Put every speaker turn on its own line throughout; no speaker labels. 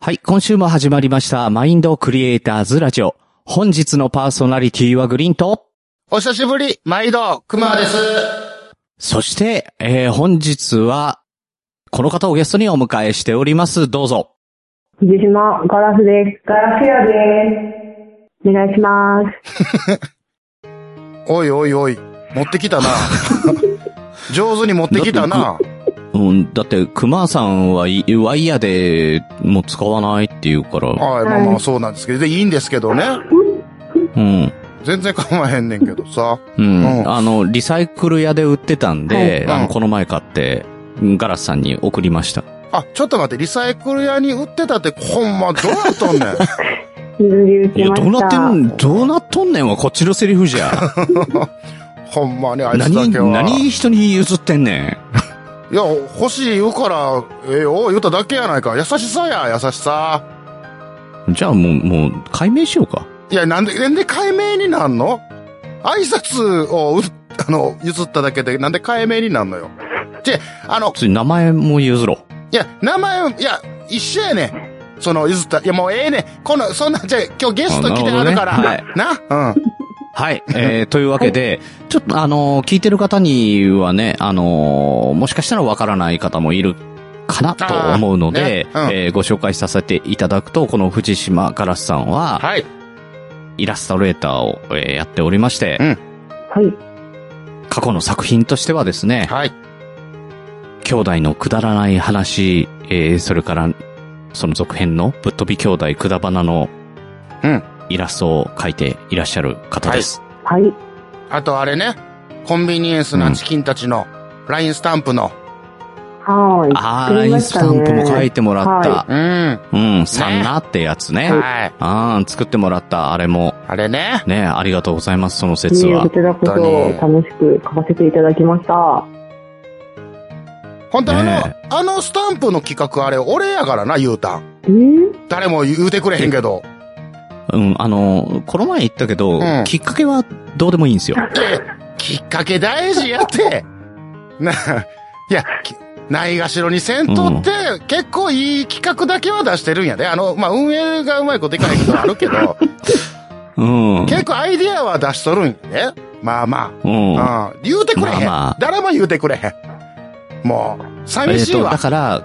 はい、今週も始まりました、マインドクリエイターズラジオ。本日のパーソナリティはグリーンと、
お久しぶり、毎度、くまです。
そして、えー本日は、この方をゲストにお迎えしております。どうぞ。
藤島ガラスです。ガラス屋です。お願いします。
おいおいおい、持ってき たな。上手に持ってきたな。
うん、だって、熊さんはいワイヤーでもう使わないっていうから、
はい、まあまあそうなんですけど、で、いいんですけどね。
うん。
全然構わへんねんけどさ。
うん。
うん
あの、リサイクル屋で売ってたんで、
はい
あ
う
の
ん
この前買って、ガラスさんに送りました。
あ、ちょっと待って、リサイクル屋に売ってたって、ほんま、どうなっとんね ん。
譲り受
い
け
や、
ました。
どうなってん、どうなっとんねんはこっちのセリフじゃ。
ほんまに、あいつだ
何、
けは。い
何人に譲ってんねん。
や、欲しい言うから、ええよ、言っただけやないか。優しさや、優しさ。
じゃあもう、もう、解明しようか。
いや、なんで、なんで解明になんの挨拶をう、あの、譲っただけで、なんで解明になんのよ。ちぇ、あの、
つい名前も譲ろ
いや、名前を、いや、一緒やねん。その、譲った。いや、もうええねん。この、そんな、じゃあ今日ゲスト来てはるから。
あなる
なうん。
う。はい。 えー、というわけで、ちょっとあのー聞いてる方にはね、あのーもしかしたらわからない方もいるかなと思うので、
あーね
えーご紹介させていただくと、この藤島ガラスさんは、
はい。
イラストレーターを、えーやっておりまして、
うん
はい。
過去の作品としてはですね、
はい。
兄弟のくだらない話、えーそれから、その続編の、ぶっ飛び兄弟くだばなの、
うん
イラストを描いていらっしゃる方です。
はい。
あとあれね、コンビニエンスなチキンたちの、ラインスタンプの、
はい。
ああ、
作
ラ
り
イ
ま
ン
し
ス
た
タ
ね
ンプも書いてもらった。
は
うん。
うん、サンナってやつね。
はい。
ああ、作ってもらった、あれも。
あれね。
ね、ありがとうございます、その説
いえ
は。
こちらこそ楽しく書かせていただきました。
本当あの、
ね
あのスタンプの企画あれ、俺やからな、言うたん。
えー、
誰も言うてくれへんけど。
うん、あの、この前言ったけど、
うん
きっかけはどうでもいいんですよ。
え、きっかけ大事やって。な、いや、きないがしろにせんとって、結構いい企画だけは出してるんやで。あの、まあ、運営がうまいこといかないことはあるけ ど、
うん。
結構アイディアは出しとるんやで。まあま
うん。
あ、うん。言うてくれへん。
まあまあ
誰も言うてくれへん。もう、寂しい
えーと、
わ
だ。から、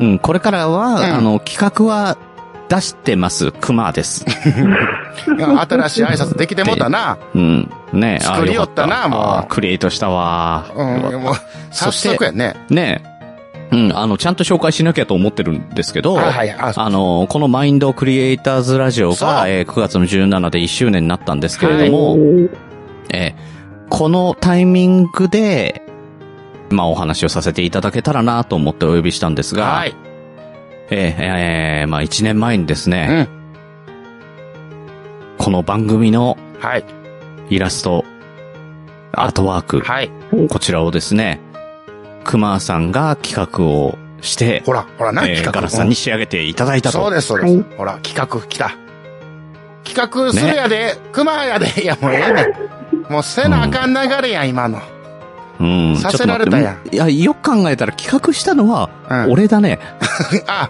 うん、これからは、あの、企画は出してます。熊です。
うん新しい挨拶できてもったな。
うん。ねあー
作りよったな
よか
もう
あークリエイトしたわ
う
よか
ん、
っ
もう、
そ
早
して
速やね。
たねうん、あの、ちゃんと紹介しなきゃと思ってるんですけど、
はいはい、あ、
あの、このマインドクリエイターズラジオ
そ
が、
う
えー9月の17で1周年になったんですけれども、
うん
えーこのタイミングで、まあお話をさせていただけたらなと思ってお呼びしたんですが、
はい。
えーえーまあ1年前にです
う
ね、
ん。
この番組の
はい。
イラスト、アートワーク、
はい。
こちらをですね、熊さんが企画をして、
ほら、ほら、な、
え
企
ー、
画。
ガラスさんに仕上げていただいた
そう
と。
です、そうです。
は
ほら、企画来た。企画するやで、熊やで、いや、もうええねん。もうせなあかん流れやん、今の。
うん
させられたやん
ちょっと待っていや、よく考えたら企画したのは、
うん
俺だね。
あ、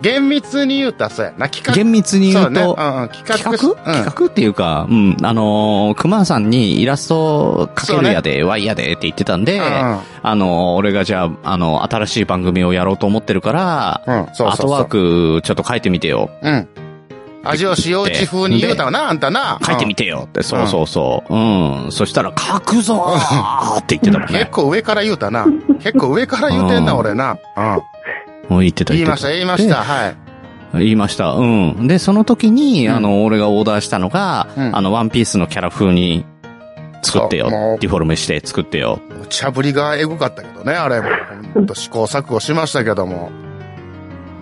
厳密に言うたらそうやな。企画。
厳密に言う
そ
と、
うねうんうん、企画。
企画
うん
企画っていうか、うん、あのー、熊さんにイラスト描けるやで、ワイヤでって言ってたんで、あのー、俺がじゃあ、あのー、新しい番組をやろうと思ってるから、
うん、うん、うん、そうそう
アート
そう。
ワークちょっと書いてみてよ
うん。味を塩地風に言うたわな、あんたな。
書いてみ
て。
てよって、そうそうそう。うん。そしたら、書くぞーって言ってたもん
結
ね。
構上から言うたな。結構上から言うてん
う
な、
ん
俺な。うん。
もう言ってた
言い
って
ました、言いました、はい。
言いました。うん。で、その時に、
うん
あの、俺がオーダーしたのが、
うん
あの、ワンピースのキャラ風に作ってよ
そうも。う
ディフォルメして作ってよ。
むちゃぶりがエグかったけどね、あれも。ほんと試行錯誤しましたけども。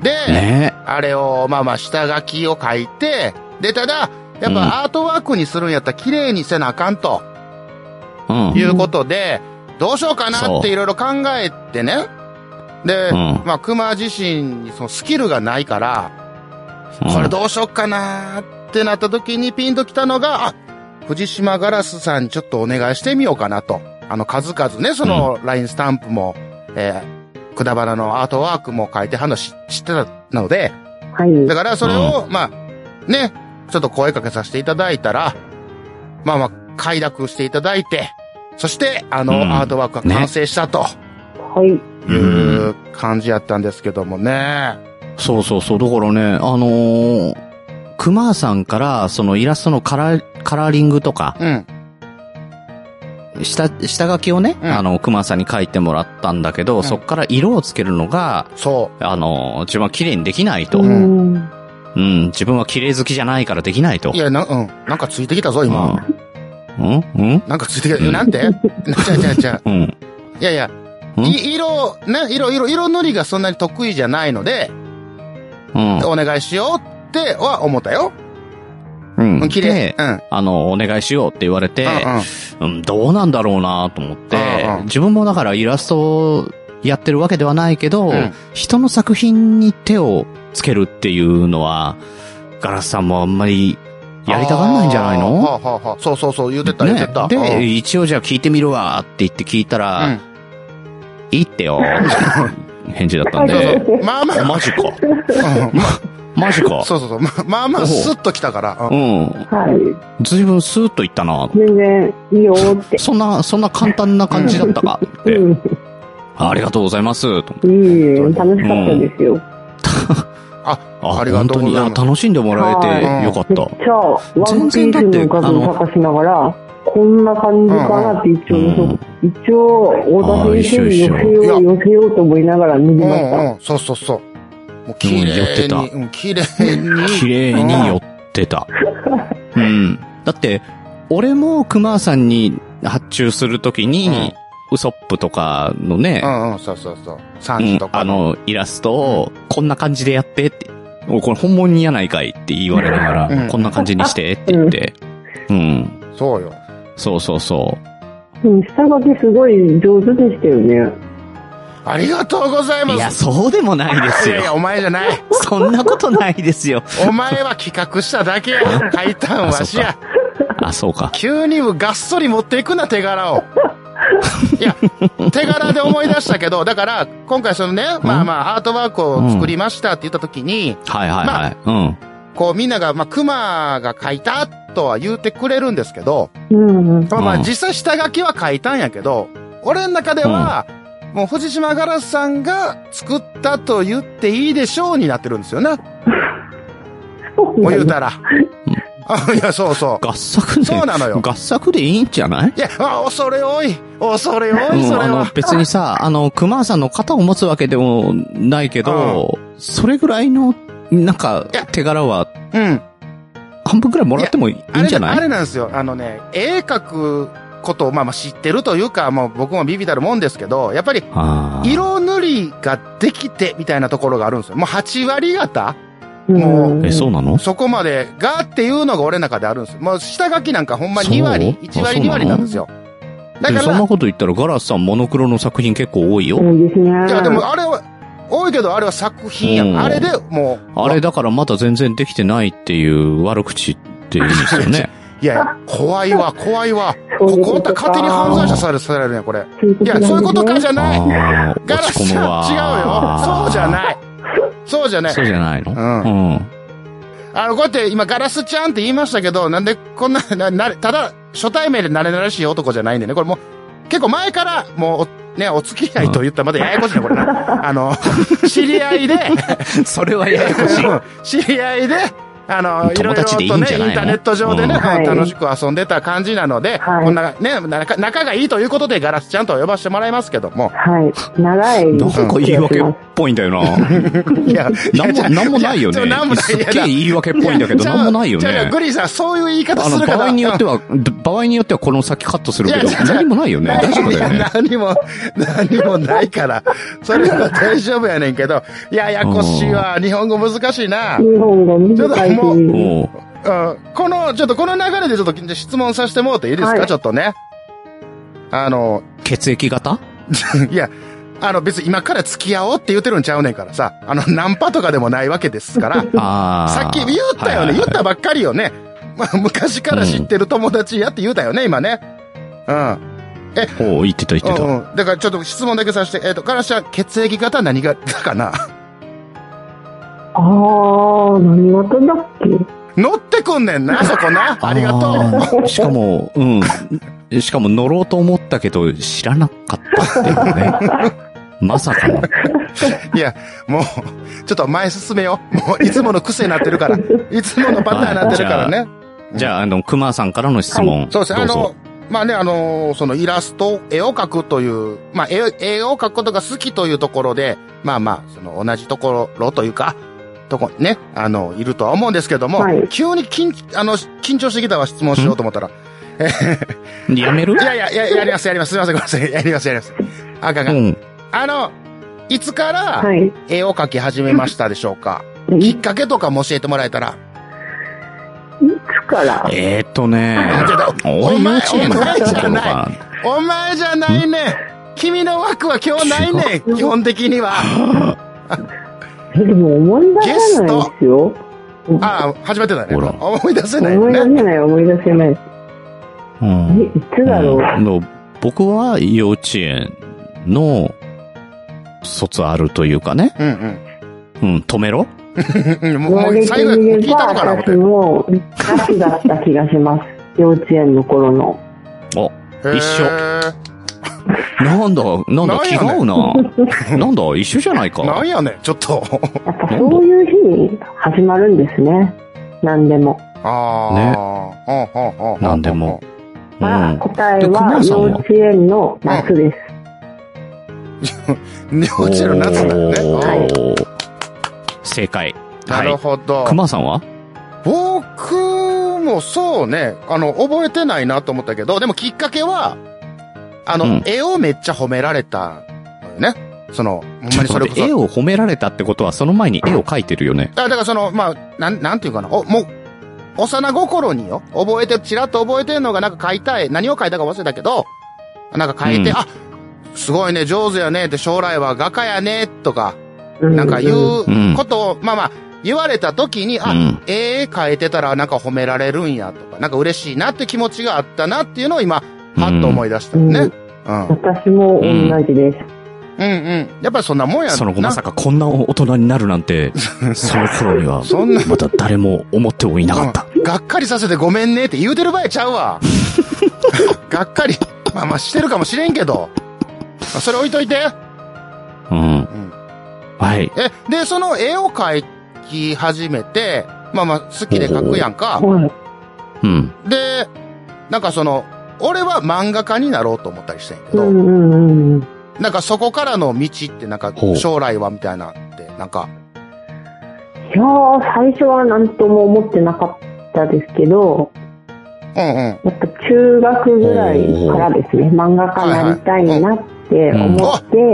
で、
ね
あれを、まあまあ、下書きを書いて、で、ただ、
う
やっ
ん
ぱアートワークにするんやったら綺麗にせなあかんと
うん。
いうことで、どうしようか
そう
なっていろいろ考えてね。で、
うん
まあ、熊自身にそのスキルがないから、これどうしようかなってなった時にピンときたのが、あ、藤島ガラスさんにちょっとお願いしてみようかなと。あの、数々ね、その、ラインスタンプも、えー、くだばなのアートワークも書いてはんのし知ってたので、
はい。
だから、それを、まあ、ね、ちょっと声かけさせていただいたら、まあまあ、快諾していただいて、そして、あの、
うん
アートワークが
ね
完成したと
はい。
い
うん
う感じやったんですけどもね。
そうそうそう。だからね、あのー、熊さんから、そのイラストのカラー、カラーリングとか、
うん。
下、下書きをね、
うん
あの、熊さんに書いてもらったんだけど、
ん
そっから色をつけるのが、
そ
あのー、自分は綺麗にできないと。
う
うん、
ん。
自分は綺麗好きじゃないからできないと。
う。いや、な、うん。なんかついてきたぞ、
うん
今。
うんうん
なんかついてきた。な んでちゃうちゃうちゃう。
うん。
いやいや、
ん
い色、ね、色、色、色塗りがそんなに得意じゃないので、
うん。
お願いしようっては思ったよ。
うん。
うん、綺麗
で。
うん。
あの、お願いしようって言われて、
うんうん
うん、どうなんだろうなと思って、
うんうん
自分もだからイラストをやってるわけではないけど、
うん
人の作品に手をつけるっていうのは、ガラスさんもあんまりやりたがんないんじゃない
あーは
の
あはあはあそうそうそう、言うてた、言う
ね
てた。、
で、一応じゃあ聞いてみるわって言って聞いた
うん、う
ら、
ん
いいって よ、返事だったん
そう
で、
そう。まあまあ、
マジか。
うん
マジか。
そうそうそう。ままあま
お
あ、
う
スッと来たから。
うん。
はい。
ずいぶんスーッといったな。
全然いいよーって。
そんな、そんな簡単な感じだったかって。
うん。
ありがとうございます。と
いいよ。楽しかったですよ。
ありがとうござい
本
ます
当に、楽しんでもらえてよかっ
めっち
た。
ゃ、ワンピースの画像を探しながら、こんな感じかなって一応、
うん
一応、大田先生に寄せよう、寄せようと思いながら塗り
う
まし
ん
た。
うん、そうそうそう。もう綺
うん寄って
麗
た
に、うん、綺麗に。
綺麗に寄ってた。うん。だって、俺も熊さんに発注するときに、ウソップとかのね
う、んうん、そうそうそう。
う
産
ん
地とか。
あ、の、イラストを、こんな感じでやってって、おこれ本物やないかいって言われなが
うん
ら、こんな感じにしてって言って、うん。
そうよ。
そうそうそう。
でも下書きすごい上手でしたよね。
ありがとうございます。
いや、そうでもないです
いやい
よ。
やお前じゃない。
そんなことないですよ。
お前は企画しただけや。書いたんわしや。
あ、そうか。
急にがっそり持っていくな、手柄を。いや、手柄で思い出したけど、だから、今回そのね、まあまあ、アートワークを作りましたって言った時に、
はいはいはい。うん。
こうみんなが、まあ、熊が書いたとは言うてくれるんですけど、
うん。うん
まあまあ
うん
実際下書きは書いたんやけど、俺の中では、もう藤島ガラスさんが作ったと言っていいでしょうになってるんですよね。もう言うたら。あ いや、そうそう。
合作で。
そうなのよ
合作でいいんじゃない
いや、あ恐れ多い。恐れ多い、
う
そ
ん、あ
れ
の
は、。
別にさ、あの、熊さんの肩を持つわけでもないけど、それぐらいの、なんか
いや、
手柄は、
うん。
半分ぐらいもらってもいい
あ
ん
れ
じゃ
な、
な
あ
い
れなんですよ。あのね、絵描くことを、まあまあ知ってるというか、もう僕もビビたるもんですけど、やっぱり
あー
色塗りができてみたいなところがあるんですよ。もう8割方
うん。
え、そうなの
そこまでがっていうのが俺の中であるんですよ。もう下書きなんかほんま
そう
2割、1割
あそうなの
2割なんですよ。だ
で
か
そん
ら、
ないこと言ったら、ガラスさんモノクロの作品結構多いよ。
多いですね。
やでもあれは、多いけどあれは作品や、
うん
あれでもう、
あれだからまだ全然できてないっていう悪口って言うんですよ ね。
いやいや、怖いわ、怖いわ。
そう
こ
いう
こ
こと
って
か
勝手に犯罪者されされるやん、これ。
そういう
い
こ
や、
となんですね
そういうことかじゃ ない。
あー
ガラ
落
ス
ち込むわ。
さん、違うよ。そうじゃない。そうじゃない
そう。じゃないの
う
うん。
あの、こうやって今ガラスちゃんって言いましたけど、なんでこんな、な、なれ、ただ、初対面で慣れ慣れしい男じゃないんでね、これもう、結構前から、もうお、ね、お付き合いと言ったらまだややこしいな、これな。あの、知り合いで、
それはややこしい。
知り合いで、あの、い
友
ろいろ
達
と
で
ね、
い
イン
いんじゃないの
ターネット上でね、
うん
はい
楽しく遊んでた感じなので、
はい
こんな、ね、仲仲がいいということでガラスちゃんと呼ばせてもらいますけども。
はい。長い。
なんか言い訳っぽいんだよな。
いや、
なんも、なんもないよ
そう
ね
なんも。ない
すっげえ言い訳っぽいんだけど、
じゃあ
なんもないよ
じゃあじゃあ
ね。
グリーンさん、そういう言い方
あ
す
の、
るから。
場合によっては、場合によってはこの先カットするけど
いや、
何もないよね。大丈夫だよ
い
ね。
や何も、何もないから。それは大丈夫やねんけど。いや、ややこしいわ。日本語難しいな。うん。
日本語難しい。
おう
この、ちょっとこの流れでちょっと質問させてもらっていいですか、
はい
ちょっとね。あの、
血液型
いや、あの別に今から付き合おうって言ってるんちゃうねんからさ。あの、ナンパとかでもないわけですから。
ああ。
さっき言ったよ
はいは
ね。
い
言ったばっかりよね。 まあ、昔から知ってる友達やって言うたよね、今ね。うん。
おう言ってた言ってた。
うんうん。だからちょっと質問だけさせて、えっ、と、からしは血液型何が、だかな。
ああー、何事だっけ
乗ってくんねんな、そこな。ありがと
とう。しかも、うん。しかも乗ろうと思ったけど、知らなかったって いうね。まさかの。
う。いや、もう、ちょっと前進めよう。もう、いつもの癖になってるから。いつものパターンになってるからね。
じゃあ、あの、熊さんからの質問。
そうですね。
ど
あ
ぞ
の、まあね、あのーそのイラスト、絵を描くという、まあ絵、絵を描くことが好きというところで、まあまあ、その同じところというか、とこ、ね、あの、いるとは思うんですけども、
はい
急に緊、あの、緊張してきたわ、質問しようと思ったら。
やめる
いやいや、や、やります、やります、すいません、ごめんなさい、 やります、やります。あかんあ
う
かん。
ん。
あの、いつから
はい。
絵を描き始めましたでしょうか、きっ
い
かけとかも教えてもらえたら。
つから
えーっとね
あちょっと、
俺
お
幼
前
稚園の時だったのか
お前じゃないねん君の枠は今日ないねん基本的には。
えでも思い出せないですよ。
ああ、始まってたね。
ほら
思い出せない
思い出せ
ね。
ない、思い出せな
な。
い。
う
え、
ん。
いつだろう。
うんの僕は幼稚園の卒あるというかね。
うん
うん、止めろ
うん。うん、も
言
う、
わ
も
れ
う
て
最後に
み
聞
れ
いたの
ば、
かな思って
私。も、ガキだった気がします。幼稚園の頃の。
お、一
緒。
なんだ、なんだ、
なん
気
やね
違
ん
うな。なん だ、一緒じゃない
な
か
ん。やねん、ちょっと。
やっぱそういう日に始まるんですね。何でも。
ああ。ね。うんうんうん。
なんで も。う
まあ、
ん。
答え
で熊
は
さん
幼
は
稚園の夏です。
幼稚園の夏だね。
お
うん
ー正解。
な
は
る
い。
ほど。
熊さんは
僕もそうね、あの、覚えてないなと思ったけど、でもきっかけは、あの、
うん
絵をめっちゃ褒められたのよね。その、ほんまに
ちょ
そ
っと待
れこ
って絵
そ。
を褒められたってことは、その前に絵を描いてるよね。
あだからその、まあ、なん、なんていうかな、お、もう、幼心によ、覚えて、ちらっと覚えてんのがなんか書いたい、何を書いたか忘れたけど、なんか書いて、
うん
あ、すごいね、上手やね、って将来は画家やね、とか、
う
なんか言
う。
うん
うことを、まあまあ、言われた時に、あ、
うん
絵変えてたらなんか褒められるんやとか、なんか嬉しいなって気持ちがあったなっていうのを今、パッと思い出したよね。うん。うん
私も同じです。
うん。やっぱりそんなもんやな。
その後まさかこんな大人になるなん て、その頃には、
そんな
まだ誰も思ってもいなかった。
うんがっかりさせてごめんねって言うてる場合ちゃう わ。がっかり。まあまあしてるかもしれんけど。まあそれ置いといて。
うん。
ん
はい。
え、で、その絵を描き始めて、まあまあ好きで描くやんか。
はい。
うん。
で、なんかその、俺は漫画家になろうと思ったりしてんけ
う
ど、
んうんうん。
なんかそこからの道ってなんか
ほう
将来はみたいなって、なんか、
いやー、最初は何とも思ってなかったですけど、
うんうん。
やっぱ中学ぐらいからですね、漫画家になりたいなって思って、
うん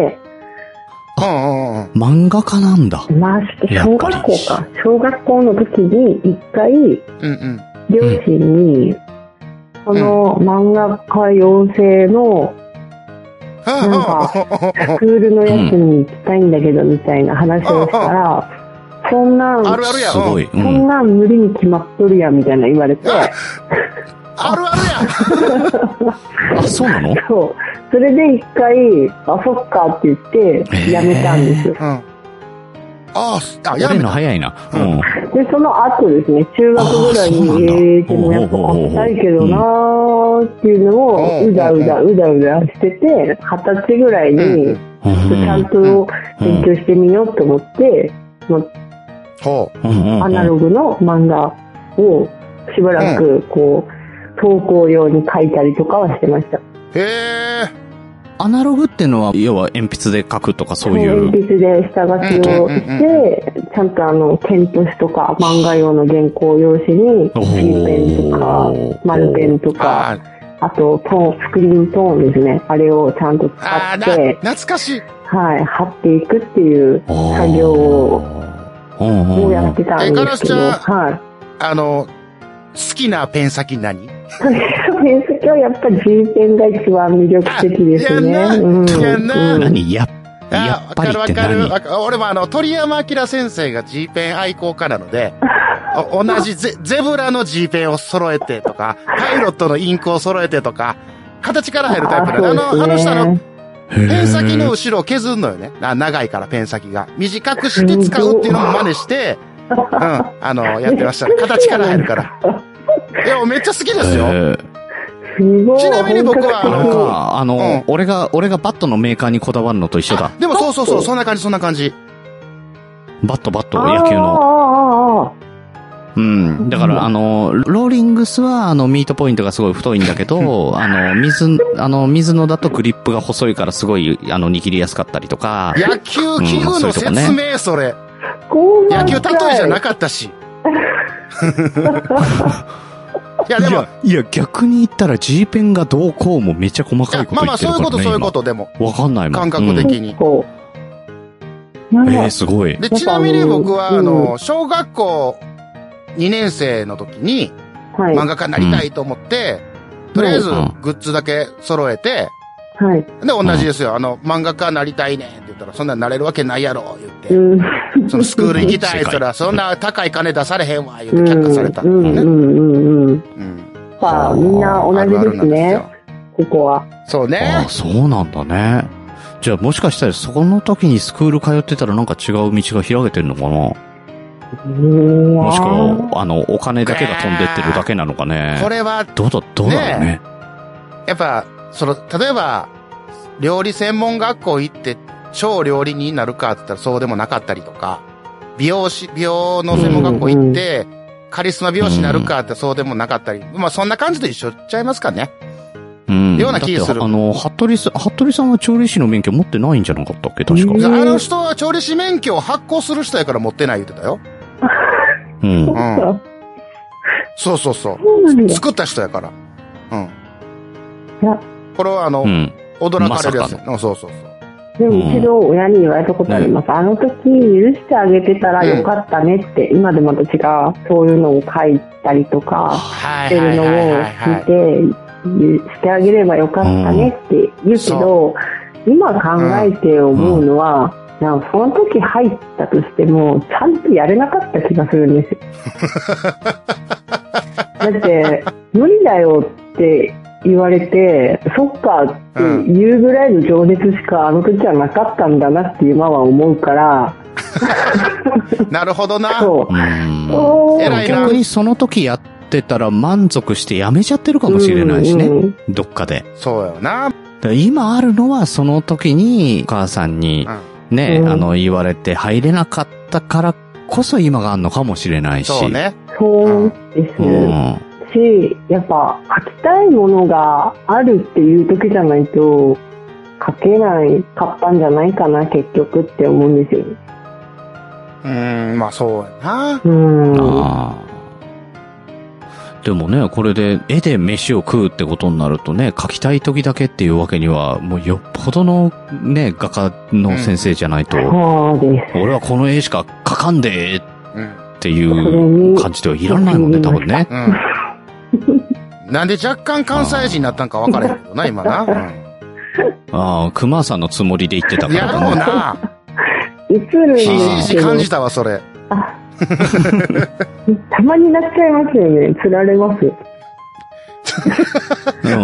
うんうん。
漫画家なんだ。
まあ、小学校か。小学校の時に一回、
うんうん。
両親に、この漫画家養成の
うんうん
なんスクールのやつに行きたいんだけど、みたいな話をしたら、そんな ん、
あるあるやん。
すご
うん。
い。う
そん
ん。
なん無理に決まっとるやん、みたいな言われて、
あるある
あ、そうなの
そう。それで一回、あ、そっかって言って、やめたんですよ。
やん。うん。ああ、すあ、や
やる
め
の
た。
早いな。う
うん
ん。
で、その後ですね、中学ぐらい
あそうなん
に、
だ
えー、でもやっぱ書きたいけどなーっていうのを、
うん
うだうだ、うだうだしてて、二十歳ぐらい
うんう
に、
ん。
うん
ちゃんと勉強してみようと思って、もう
ほう。
うんうんうん
アナログの漫画をしばらくこう、投稿用に書いたりとかはしてました。
へえ。
アナログってのは、要は鉛筆で書くとかそういう。
鉛筆で下書きをし
うんうんうん
て、ちゃんとあの、剣としとか漫画用の原稿用紙に、
お
シーペンとか
ー、
丸ペンとか、
あ
あとトーン、スクリーントーンですね。あれをちゃんと
あ、あ
使
あ、な、
って、
懐かしい。
はい、貼っていくっていう作業を、
うんうんうん
をやってたんですけど、
えガラスち
はい。
あの、好きなペン先何
面積はやっぱ G 点が一番魅力的ですね。
あいやな
うん
いやな
うん
何や、や
あ
っぱ
わか
り
るわ
って
かる。
何
わか俺もあの、鳥山明先生が G ペン愛好家なの で、お同じゼゼブラの G ペンを揃えてとか、パイロットのインクを揃えてとか、形から入るタイプなの。あの、あの人あの、ペン先の後ろを削るのよね。あ長いからペン先が。短くして使うっていうのも真似して、うん。あの、やってましたね。形から入るから。いや、めっちゃ好きですよ。
えー
すごい。
ちなみに僕は
あ
本
れ
格的
か、あの、
うん
俺が、俺がバットのメーカーにこだわるのと一緒だ。
でもそうそうそう、そんな感じ、そんな感じ。
バット、バット、野球の。
あーあーあーあ
うん。だから、あの、ローリングスは、あの、ミートポイントがすごい太いんだけど、あの、水、あの、水野だとグリップが細いからすごい、あの、握りやすかったりとか。
野球器具の説
うんそう
明、それ。
ー高慢
野球例えじゃな
く
かったし。いや、でも、、
いや、逆に言ったら G ペンがどうこうもめっちゃ細
い
か
や
いこと
まあま
言
あ、
ってる
そう
からね。
いうこと、そういうこと、でも。
今わかんないもん。
感覚的に。
な
うんん。え
か
ー、すごい。
で、ちなみに僕は、
う
あ
ん
の、小学校2年生の時に、
はい。
漫画家になりたいと思って、とりあえず、グッズだけ揃えて、
はい。
で、同じですよ。あの、漫画家なりたいねんって言ったら、そんなんなれるわけないやろ、
う
言って。
ん。
そのスクール行きたいって言った
う
ら、
ん
そんな高い金出されへんわ、言って却下された。
う
ね。
んうん
うん
うんうん。まあ、みんな
あるあ
同じ
るな
です
んです
ね
よ。。
ここは。
そう
あ
ね
あ、。そうなんだね。じゃあもしかしたらそこの時にスクール通ってたらなんか違う道が開けてんのかなも
も
しくは、あの、お金だけが飛んでってるだけなのかね。
これは、
どうだ、どうだろうね。
やっぱ、その、例えば、料理専門学校行って、超料理人になるかって言ったらそうでもなかったりとか、美容師、美容の専門学校行って、カリスマ美容師になるかってそうでもなかったり、まあそんな感じと一緒っちゃいますかね。
うん。
ような気する
だってあの、服部さん、服部さんは調理師の免許持ってないんじゃなかったっけ確
うん
か。
あの人は調理師免許を発行する人やから持ってない言ってたよ。
うん。
う
あ
ん。
そ
そうそうそう
なん
う。
だ。
作った人やから。うん
いや。
これはあの、
うん。
驚かれるやつ。
ま
うんそうそうそう。
でも一度親に言われたことあります。あの時許してあげてたらよかったねって、今でも私がそういうのを書いたりとか
は
してるのを見て、ゆしてあげればよかったねって言うけど、今考えて思うのは、なんかその時入ったとしても、ちゃんとやれなかった気がする んですよ。だって、無理だよって言われて、そっかって言うぐらいの情熱しかあの時はなかったんだなって今は思うから、
なるほどな。
そうう。
ん。
そう
偉いな
逆にその時やってたら満足してやめちゃってるかもしれないしね。
うんうん
どっかで。
そうよ
だ
な。
から今あるのはその時にお母さんに
うん
ね、
うん
あの言われて入れなかったからこそ今があるのかもしれないし。
そう。ね。
そうです。
うん。
し、やっぱ書きたいものがあるっていう時じゃないと、書けないかったんじゃないかな、結局って思うんですよ。
うーん、まあそうやな。
うん。
ああ。でもね、これで絵で飯を食うってことになるとね、描きたい時だけっていうわけには、もうよっぽどのね、画家の先生じゃないと、
そうです。
俺はこの絵しか描かんでー
うん。
っていう感じではいらないもんね、多分ね。
うん。なんで若干関西人になったんか分からへんけどな、今な。うん
ああ、熊さんのつもりで言ってたか
や
ら
ろう
ね。
な。
映るんで
ひしひ
す
し
けど
感、じたわ、それ。
たまになっちゃいますよね。釣られます。
うん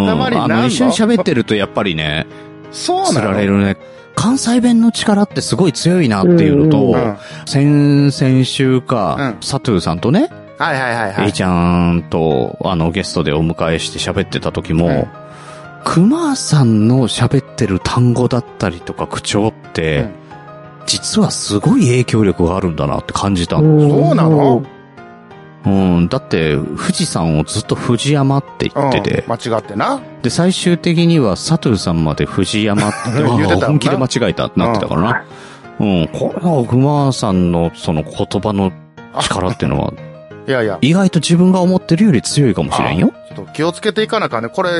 たまに
あ
なん
の、
の
一緒に喋ってるとやっぱりね、
そう
つ
なの
られ。るね。関西弁の力ってすごい強いなっていうのと、
うん。はい
先、先週か、
うん
サトゥーさんとね、
はいはいは
A
い。
ちゃんと、あの、ゲストでお迎えして喋ってた時も、
うん
熊さんの喋ってる単語だったりとか口調って、
うん
実はすごい影響力があるんだなって感じた。うん。
そ
そうなの
だって、富士山をずっと藤山って
う
言
ん。
ってて、
間違ってな。
で、最終的には佐藤さんまで藤山 って、
言ってたもんな
あ本気で間違えたってなってたからな。うん、これは熊さんのその言葉の力っていうのは、
いやいや。
意外と自分が思ってるより強いかもしれんよ。
ちょっと気をつけていかなあかんね。これ、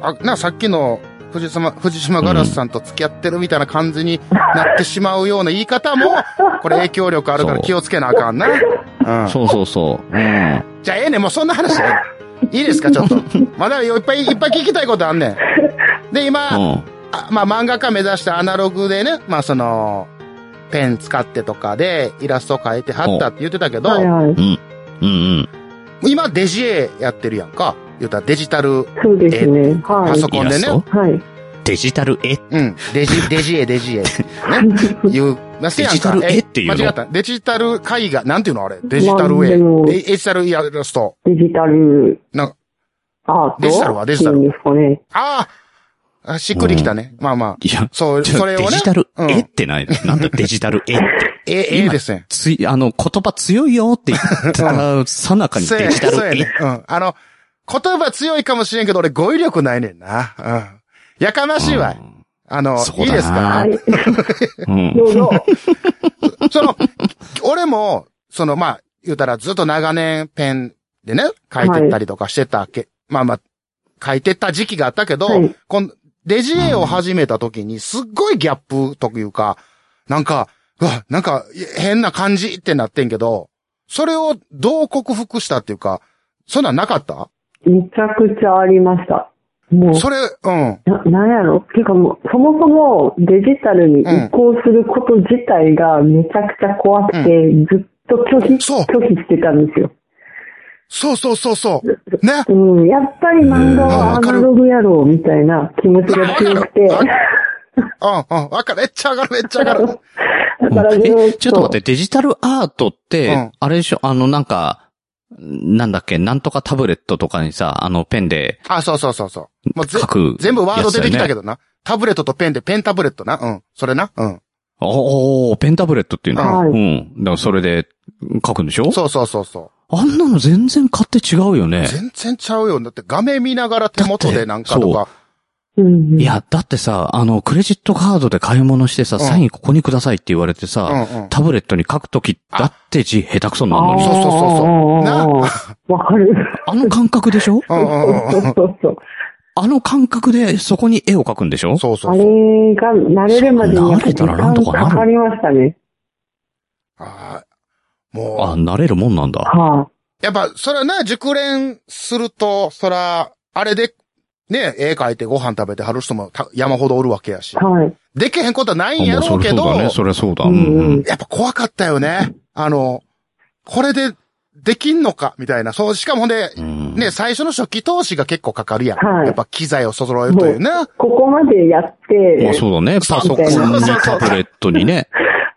あ、な、さっきの藤島、藤島ガラスさんと付き合ってるみたいな感じになってしまうような言い方も、これ影響力あるから気をつけなあかんな。うん。
そうそうそう。うん。
じゃあええねんもうそんな話ええねんいいですか、ちょっと。まだいっぱいいっぱい聞きたいことあんねん。で、今、
うん。
あまあ漫画家目指してアナログでね、まあその、ペン使ってとかでイラスト描いてはったって言ってたけど、
はいはい。
うんうん。
今デジエやってるやんか。言うたらデジタル
そうですね。は
パソ
い。
コン
イラ
で
ス
ね
ト。
はい。
デジタル絵。
うん。デジ、デジ絵、デジ絵。ね。いう、なせやんか。
デジタル絵っていうの
間違った。デジタル絵画、なんていうのあれ。デジタル
まあ
絵
でも。
デデジタルイラスト。
デジタル
なんか、
アート
デジタルはデジタル
っていうんですかね。
あーあ、しっくりきたね。まあまあ。
いや、
そう、
ちょ
それをね。
デジタル
うん
絵ってない、なんだデジタル絵って。
え、ええですね。
つい、あの、言葉強いよって言ったら、さなかに
そう
デ
や
ジタ
そうや
ル絵
ね。うん。あの、言葉強いかもしれんけど、俺語彙力ないねんな。うん。やかましいわい。あの、
そうだ
い
ない
ですか
はい。
うん
ど。うぞ。
その、俺も、その、まあ、言うたらずっと長年ペンでね、書いてったりとかしてたわけ。まあまあ、書いてた時期があったけど、
はい
このデジ絵を始めた時に、すっごいギャップというか、なんか、うわ、なんか、い変な感じってなってんけど、それをどう克服したっていうか、そんなんなかった
めちゃくちゃありました。もう、
それ、うん。
ななんやろてかもう、そもそもデジタルに移行すること自体がめちゃくちゃ怖くて、ずっと拒否、
そう
拒否してたんですよ。
そうそうそうそう。ね。
うん、やっぱり漫画はアナログやろうみたいな気持ちが強くて、
わかる
だ
うんうん。わかる。めっちゃ上がる、めっちゃ上が る。
からずっと
え、ちょっと待って、デジタルアートっ
う
て
ん、
あれでしょ、あの、なんか、なんだっけ、なんとかタブレットとかにさ、あの、ペンで
あ、そうそうそうそう。もうぜ
書く。
全部ワード出てきたけ
ど。
どな。タブレットとペンで、ペンタブレットな。うん。それな。うん。
おー、ペンタブレットっていうの
はい
うん。だからそれで書くんでしょ
そうそうそうそ
あんなの全然買って違うよ
う。
ね。
全然ちゃうよ。だって画面見ながら手元でなんかとか。
うん、
いや、だってさ、あの、クレジットカードで買い物してさ、
ん
サインここにくださいって言われて
うんう
さ、
ん。そう
タブレットに書くとき、だって字下手くそになるの
あー
に。
そうそうそう。な。
わかる。
あの感覚でし ょ
うんうんう
そう
ん。
そうそう。
あの感覚でそこに絵を描くんでしょ
そうそ
あ
う
れ
そう。
が慣れるまでにやっ
慣
ぱ
れたらなんとかなる
時間かかりましたね。
あー
あ、
もう、
慣れるもんなんだ。
は
やっぱ、そらな、熟練すると、そら、あれで、ね、絵描いてご飯食べてはる人もた山ほどおるわけやし
い、。はい。
でけへんことはないんや
あもう
ろ
そうり
け
ゃそう
ど、
だね、そりゃそうだ。
う
うん
うん
んうん。
やっぱ怖かったよね。あの、これでできんのか、みたいな。そう、しかもほんで、
うん
ね、最初の初期投資が結構かかるやん。
はい
やっぱ機材をそ揃えるというね。
ここまでやって、
まあそうだね。パソコン
そう
に
そうそ
タ
う
ブレットにね。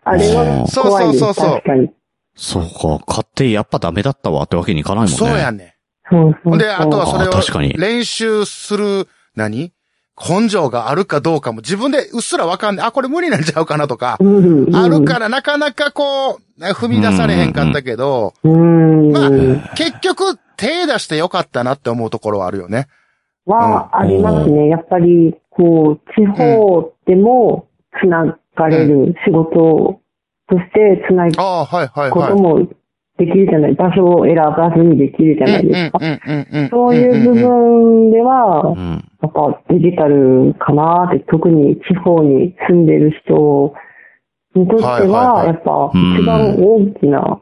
あれは怖いです。
そうそうそうそう
確かに。
そうか。買ってやっぱダメだったわってわけにいかないもんね。
そうやね。
そうそうそ
ほ
うん
で、あとはそれ
あ確かに
を練習する、何根性があるかどうかも自分でうっすらわかんない。あ、これ無理なんちゃうかなとか。
うんうん
あるからなかなかこう、踏み出されへんかったけど、
うん。
まあ結局手出してよかったなって思うところはあるよね。
は、ありますね。やっぱり、こう、地方でもつながれる仕事としてつなぐ
ああ、はいはい
こ
はい
と。もできるじゃない。場所を選ばずにできるじゃないですか。そういう部
分。
分では
う、ん。
やっぱデジタルかなって、特に地方に住んでる人にとって
はいはいは
は、
い
やっぱ
うん
一番大きな、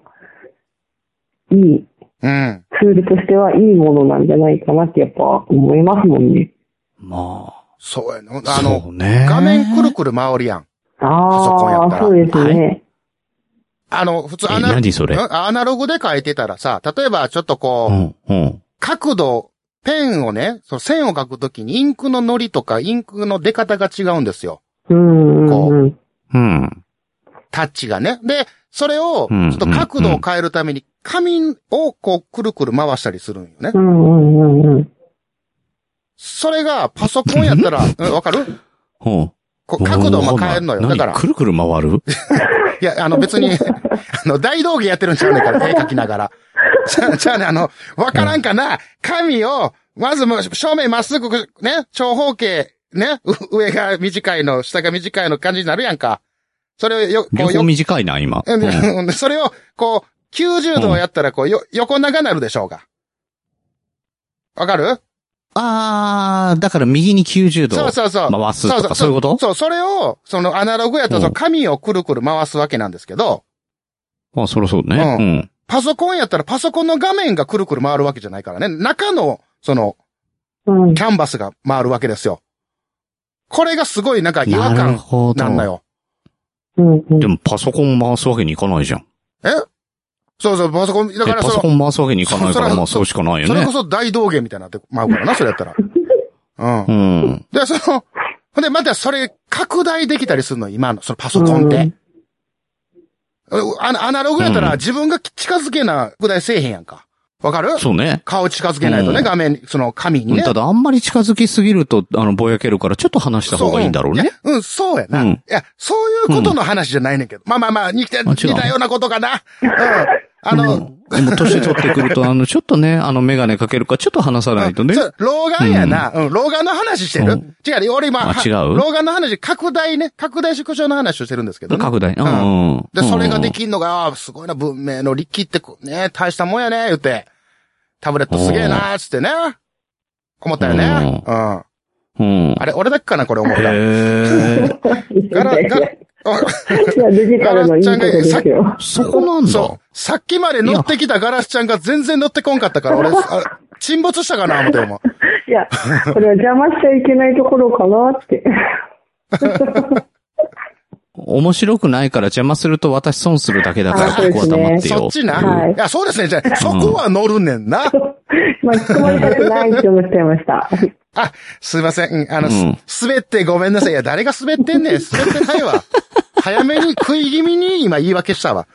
いい、
うん。
ツールとしてはいいものなんじゃないかなってやっぱ思いますもんね。
ま
そうやの。
あ。
あの、
そうね。
画面くるくる回るやん。そこやっ
ああ
たら
ー、そうですね。
あの、普通
え、
アナ
何それ
うんアナログで書いてたらさ、例えばちょっと
う
こう、
ん、うん。
角度、ペンをね、その線を書くときにインクのノリとかインクの出方が違うんですよ。
うんうんうん。
うん。
タッチがね。で、それを、
う
ち
ん
ょっと角度を変えるために、紙をこう、くるくる回したりするんよね
う。んうんうんうん。
それが、パソコンやっ たら、うんわかる
うん。
こう角度も変えるのよ。
何
だから、
くるくる回 る
いや、あの別に、あの、大道芸やってるんちゃうねんから、絵描きながら。じゃあ、じゃあね、あの、わからんかな、紙を、まずもう正面まっすぐ、ね、長方形、ね、う上が短いの、下が短いの感じになるやんか。それをよ、こ
両
う
方
よ、
短いな、今。うん
それを、こう、90度やったら、こう、よ、横長なるでしょうが。わかる
あー、だから右に90度。
そうそうそう。
回すとかそういうこと
そう、それを、そのアナログやったら、その紙をくるくる回すわけなんですけど、
まあ、そりゃそうね。
う
うん。
パソコンやったらパソコンの画面がくるくる回るわけじゃないからね。中の、その、
うん
キャンバスが回るわけですよ。これがすごいなんか違和
なる
感
ほど。
なんだよ。
うんうん
でもパソコン回すわけにいかないじゃん。
えそうそう、パソコン、だ
え
から
パ
そ
ソ
の、
コン回すわけにいかないか
そ
ら、
そ
まあそうしかないよ
それ
ね
こ。そ大道芸みたいになって回うからな、それやったら。うん
う。ん。
で、その、ほんで、またそれ拡大できたりするの、今の、そのパソコンって。あのアナログやった
う
ら
ん
自分が近づけな拡大せえへんやんか。わかる
そうね。
顔近づけないと
う
ね、
ん
画面に、その紙にね。
ただ、あんまり近づきすぎると、あの、ぼやけるから、ちょっと話した方がいいんだろうね。
そう。うん、そうやな。
うん
いや、そういうことの話じゃないねんけど。まあまあまあ、似て、
あ違う
似たようなことかな。うん。あの、
うん、でも年取ってくると、あの、ちょっとね、あの、メガネかけるから、ちょっと話さないとね
そ。う老眼やな。うん、老眼の話してる、
う
違うよ、俺今、
あ
は
違う
老眼の話、拡大ね、拡大縮小の話をしてるんですけど、ね。
拡大。
うん
うん。
で、それがで
き
きんのが、あーすごいな、文明の力ってこ、ね、大したもんやね、言って。タブレットすげえな、つってね。思ったよね。うん。
うん。
あれ、俺だけかな、これ思った。
へえ。
ガラ、ガラ、あ
いや、デジタルのいいことですよ。
そこなんだ。
そう。さっきまで乗ってきたガラスちゃんが全然乗ってこんかったから、俺、あ沈没したかな、思っても。
いや、これは邪魔しちゃいけないところかなって。
面白くないから邪魔すると私損するだけだから、
あそう
こ
で
こは
すね
黙ってよ。
そっちな。
はい
い、や、そうですね。じゃあ、そこは乗るねんな。
巻き込まれたくないって思っちゃいました。
あ、すいません。うんあの、
うん
す滑ってごめんなさい。いや、誰が滑ってんねん。滑ってない わ。早めに食い気味に今言い訳したわ。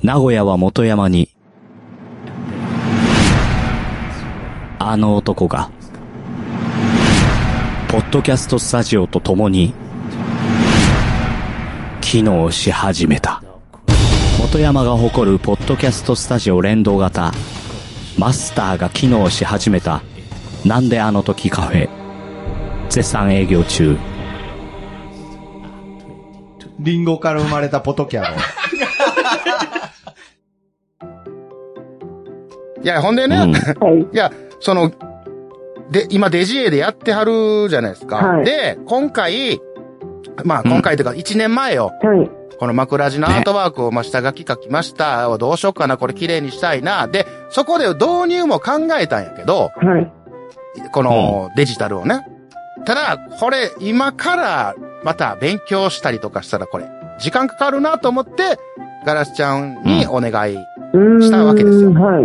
名古屋は元山に、あの男が、ポッドキャストスタジオと共に、機能し始めた。元山が誇るポッドキャストスタジオ連動型、マスターが機能し始めた、なんであの時カフェ、絶賛営業中。
リンゴから生まれたポトキャロ。
いや、ほんでね、
うん
い
はい。
や、その、で、今、デジエでやってはるじゃないですか。
はい
で、今回、まあ、今回というか、1年前よ。
はい。
この枕地のアートワークを、まあ、下書き書きました。どうしようかな、これ綺麗にしたいな。で、そこで導入も考えたんやけど、
はい。
このデジタルをね。ただ、これ、今からまた勉強したりとかしたら、これ、時間かかるなと思って、ガラスちゃんにお願い。
うーん。
したわけですよ
はい。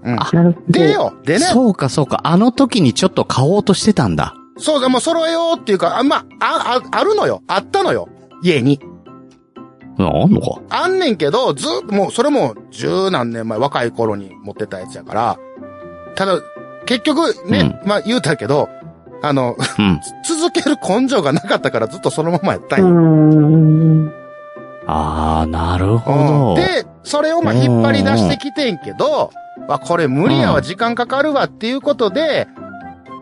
うん
あ
なるほど。
でよ、でね、
そうかそうか、あの時にちょっと買おうとしてたんだ。
そうだ、もう揃えようっていうか、あ、まあ、あ、あるのよ。あったのよ。家に。
あんのか
あんねんけど、ずっと、もう、それも十何年前、若い頃に持ってたやつやから、ただ、結局ね、まあ言うたけど、あの、
うん。
続ける根性がなかったからずっとそのままやったん
うー
よ
ん。
ああ、なる
う
ほど。
んで、それをまあ引っ張り出してきてんけど、まあこれ無理や
う
わ、
ん
時間かかるわっていうことで、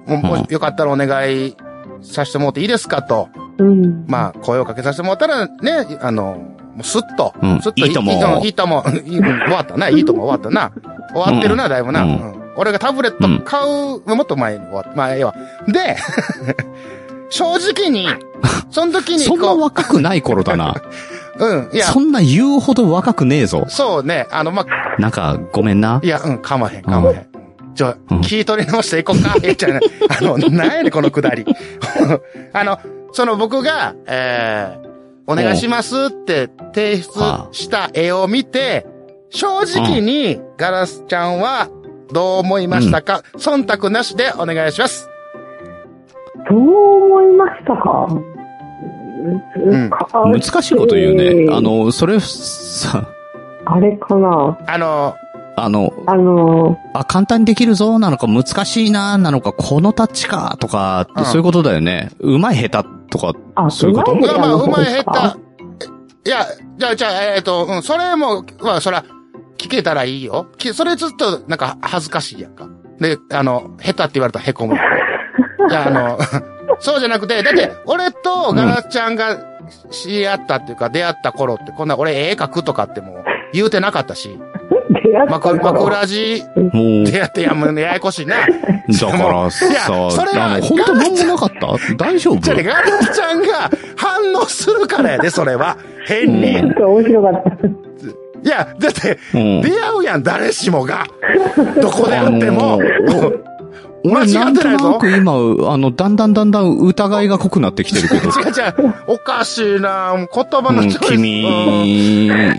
もうも
うん
うよかったらお願いさせてもらっていいですかと、
うん。
まあ声をかけさせてもらったらね、あの、もうスッと
うん、
スッ
いいとも
うんいいとも、 うんいいうん終わ ったな、いいとも終わったな。終わってるな、だいぶな。
う
うんん俺がタブレット買う、もっと前に終わった。まあええわ。で、 正直に、その時に
そんな
こ
若くない頃だな。
う、うん、 いや、
そんな言うほど若くねえぞ。
そうね、あの、まあ、
なんか、ごめんな。
いや、うん、かまへん、かまへん。ちょ、
うん
聞い取り直していこうか。え、じゃあね、あの、なんやねんこのくだり。 あの、その僕が、えー、お願いしますって提出した絵を見て、正直にガラスちゃんはどう思いましたか、忖度なしでお願いします。
どう思いましたか
うん
か
難しいこと言う
え
ね。
ー
あの、それ、さ、
あれかな
あの、
あの、
あの、
あ、簡単にできるぞ、なのか、難しいな、なのか、このタッチか、とか、
うん
そういうことだよね。うまい下手とか、
あ、
そういうこと
前
まあまあ、
の
う
方
まい
ですか
下手。いや、じゃあ、じゃあ、えっ、と、うん、それも、まあ、そら、聞けたらいいよ。きそれずっと、なんか、恥ずかしいやんか。で、あの、下手って言われたら 凹む。いや、あの、 そうじゃなくて、だって、俺とガラちゃんが知り合ったっていうか、出会った頃って、こんな俺絵描くとかってもう、言うてなかったし、
出会
ま
っ
こ、
た
ま
か
こ
ら。
らじ、
もう、
出会って、いや、もうやや こしいな。
だから
いや
さ、
それは
あの、本当なんもなかった大丈夫
じゃあね、ガラちゃんが反応するか らやで、それは。変に。
ちょっと面白かった。
いや、だって、
うん
出会うやん、誰しもが。どこであっても
あの。俺
間
な
違っ
ん
て
と
ないぞ
なく今、あの、だんだんだんだん疑いが濃くなってきて るけど。
違う違う。おかしいなもう言葉
う
の
ん
チョイス。うん。
君、
いや、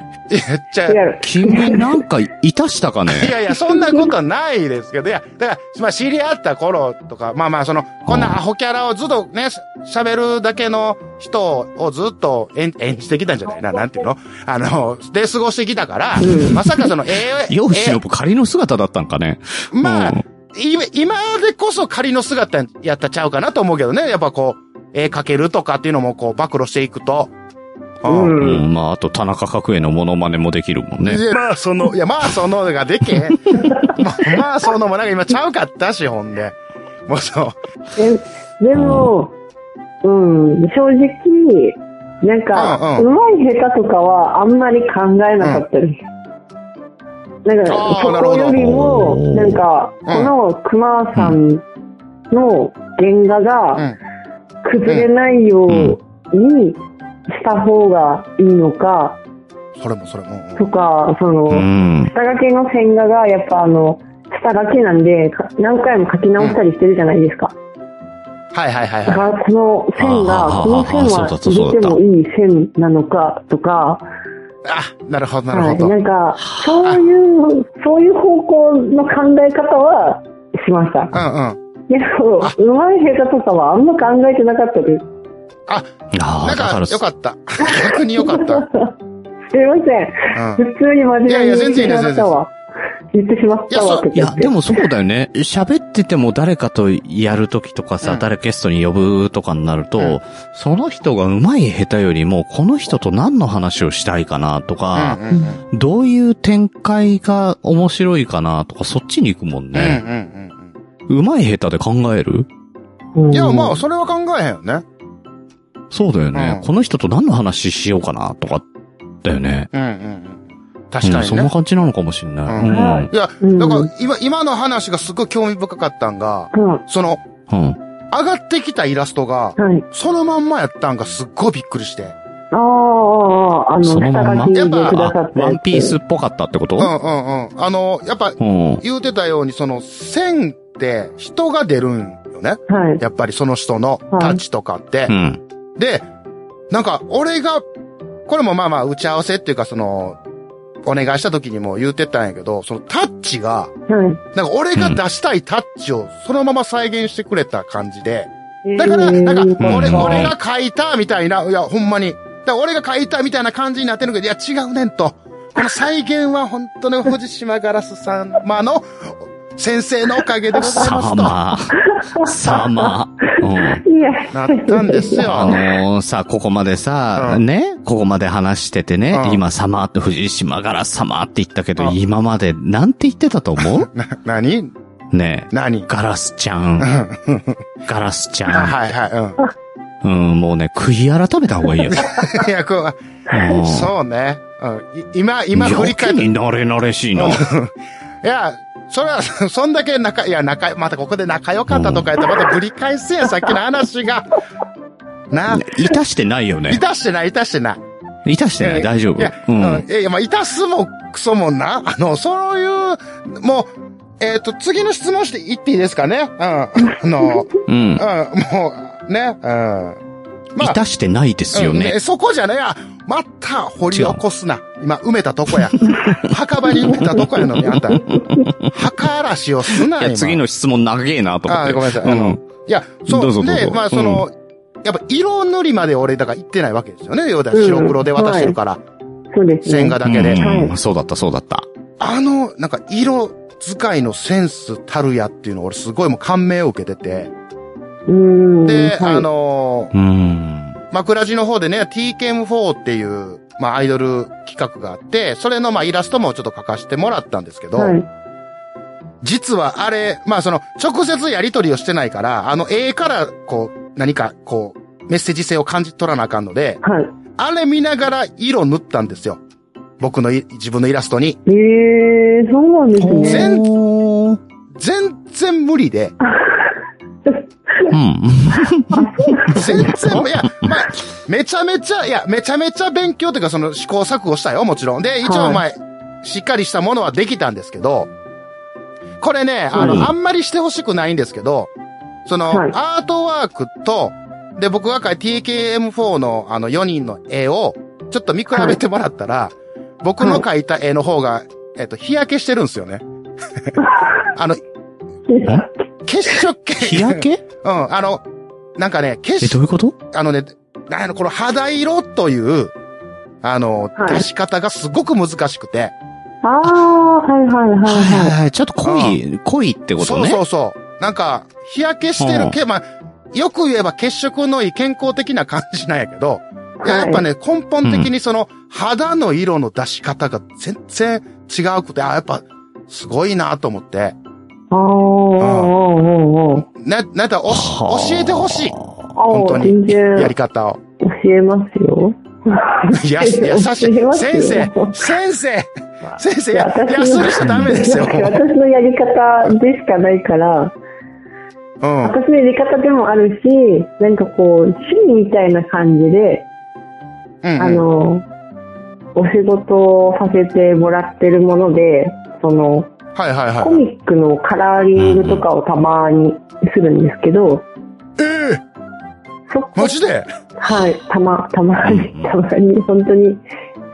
じゃあ
いや、
君なんかいたしたか
い
ね
やいや、そんなことはないですけど、いや、だから、まあ、知り合った頃とか、まあまあ、その、こんなアホキャラをずっとね、し喋るだけの人をずっと演演じてきたんじゃないな、なんていうのあの、で過ごしてきたから、まさかその、ええ、
よし
え
のぶ仮の姿だったんかね
えま
う
あ
ん、
今今でこそ仮の姿やったちゃうかなと思うけどね、やっぱこう、絵描けるとかっていうのもこう、暴露していくと。
う。
うんん、まあ、あと田中角栄のモノマネもできるもんね。
でまあ、その、いや、まあ、そのがでけへん。 まあ、まあ、そのもなんか今ちゃうかったし、ほんで。もうそう。
えでも、うん、正直、なんか、
う
うんまい下手とかはあんまり考えなかったです。なんか
あー、
そ
なる
こ
ほど
よりも
おー、
なんか、
ん
この熊さんの原画
う
が
ん。
崩れないようにした方がいいのか、
それもそれも。
とか、そうの、
ん。
下書きの線画がやっぱあの、下書きなんで、か何回も書き直したりしてるじゃないですか。
はいはいはい
だ
は
からこの線が、
あー
この線
そう
は
だったそうだ
入
っ
れ
た
てもいい線なのかとか、
い。あ、なるほどな
は
る
い、
ほ
な
ど。
んか、そういう、そういう方向の考え方はしました。
うんうん。
でも、
あ
うまい下手とかはあんま考えてなかったです。
あ、
あ
な
あ、
ん
だか、
からよかった。逆によかった。
すいませ
う ん
ん。。普通に真面目に
いやいや
言ってしまったわ。言ってしまったわって
い
言
や、
って
で。もそうだよね。喋ってても誰かとやるときとかさ、
うん
誰ゲストに呼ぶとかになると、
うん
その人が上手い下手よりも、この人と何の話をしたいかなとか、
うんうんうん。
どういう展開が面白いかなとか、そっちに行くもん
うん
ね。
うんうん
上手い下手で考える
うん。
い
いや、まあ、それは考えへんよね。
そうだよね、
うん
この人と何の話しようかなとか、だよね。
うんうんうん。確か
うん
に
そんな
ね。
感じなのかもしんない。
う
うんん。
は
いうや、
うん
だから、今、今の話がすごい興味深かったんが、
うん。
その、
ん。
上がってきたイラストが、
はい。
そのまんまやったんがすっごいびっくりして。
あーあー、あーあの、
そのまんま
下書きでくださ
あ
っ、たや
ワ
つ
ンピースっぽかったってこと
うんうんうん。あの、やっぱ、
うん。
言うてたように、その、線って人が出るんよね。
はい。
やっぱりその人のタッチとかって。
うん。
で、なんか、俺が、これもまあまあ、打ち合わせっていうか、その、お願いした時にも言うてたんやけど、そのタッチが、
は
なんか俺が出したいタッチをそのまま再現してくれた感じで、
い。
だから、
えー
なんか、
こ
俺、
れうん
俺が書いたみたいな、いや、ほんまに。だから俺が書いたみたいな感じになってるけど、いや、違うねんと。この再現は本当の藤島ガラスさん、まあの、先生のおかげでございま
さ
すと。
ま。さま。うん。
いや、
なったんですよ。
あのーさ、ここまでさ、
うん
ね、ここまで話しててね、
うん
今、様って、藤島から様って言ったけど、
うん
今まで、なんて言ってたと思う
な、なに
ねえ
なに
ガラスちゃん。ガラスち
あ
ゃ
はいはい、うん。
ん。うん、もうね、悔い改めた方がいいよ。
いや、こ
うん
う、 そうね。うん、い今、今振り返っ
や
て。
け
い
に慣れ慣れしいな。
や、それは、 そんだけ仲、いや、仲、またここで仲良かったとか言って、またぶり返せや、さっきの話が。なあ、
いたしてないよ
い
ね。
たしてない、いたしてない。
いたしてない、大丈夫
いや、。
う
うん
ん。
いや、まあ、いたすもクソもな。あの、そういう、もう、えっ、と、次の質問して言っていいですかねうん。あ の、
うん。
うん、もう、ね、うん。
いたしてないですよ
うん
ね
え。そこじゃねえや。また掘り起こすな。今、埋めた とこや。墓場に埋めたとこやのに、あんた。墓荒らしをすないよ。
や、次の質問長えなと思っ
あ
て。
ーごめんなさ
う
い。あの
ん。、
いや、そう、
どうぞどうぞ
で、まあ、その、やっぱ色塗りまで俺、だから言ってないわけですよね。要は白黒で渡してるから、
そうですね。
線画だけで。
うん
は
そうだった、そうだった。
あの、なんか色使いのセンスたるやっていうの俺すごいもう感銘を受けてて。
うーん。
で、
はい
あ、のー
うん。
枕地の方でね、TKM4 っていう、まあアイドル企画があって、それのまあイラストもちょっと書かせてもらったんですけど、
はい。
実はあれ、まあその直接やり取りをしてないから、あの絵からこう何かこうメッセージ性を感じ取らなあかんので、
はい。
あれ見ながら色塗ったんですよ。僕のい自分のイラストに。
ええー、そうなんですね。
全
おー
全然無理で。
うん。
全然、いや、まあ、めちゃめちゃ、いや、めちゃめちゃ勉強というか、その試行錯誤したよ、もちろん。で、一
は
応、
い
まあ、しっかりしたものはできたんですけど、これね、あの、
うん
あんまりしてほしくないんですけど、その、
はい
アートワークと、で、僕が描いた TKM4 のあの4人の絵を、ちょっと見比べてもらったら、僕の描いた絵の方が、えっと、日焼けしてるんですよね。あの、血色系。
日焼 け
うん、あの、なんかね、血
え、どういうこと
あのね、なんやろこの肌色という、あの、
はい
出し方がすごく難しくて。
ああ、はいはいはい
はいはい
は
はい。ちょっと濃い、濃いってこと
そう
ね。
そうそう。なんか、日焼けしてるけ、まあ、よく言えば血色のいい健康的な感じなんやけど、いや
は
や
い
っぱね、根本的にその、肌の色の出し方が全然違うくて、あ、やっぱ、すごいなと思って。
い。ああ、おーおーおー
な、なんだ、おし
はあ
教えてほしい。本
おー
当
あー、
に
全然
やり方を。
教えますよ。
いや、優しい。
教えますよ
先生先生先生、いや、いや
私
そ
の
れしちゃダメですよ。
私のやり方でしかないから、
うん。
私のやり方でもあるし、なんかこう、趣味みたいな感じで、
うん
あの、お仕事をさせてもらってるもので、その、
はいはい
コ
はい。
ミックのカラーリングとかをたまにするんですけど、
え
そこ
えマジで
はい、たま、たまに
うん、
たまに、本当に、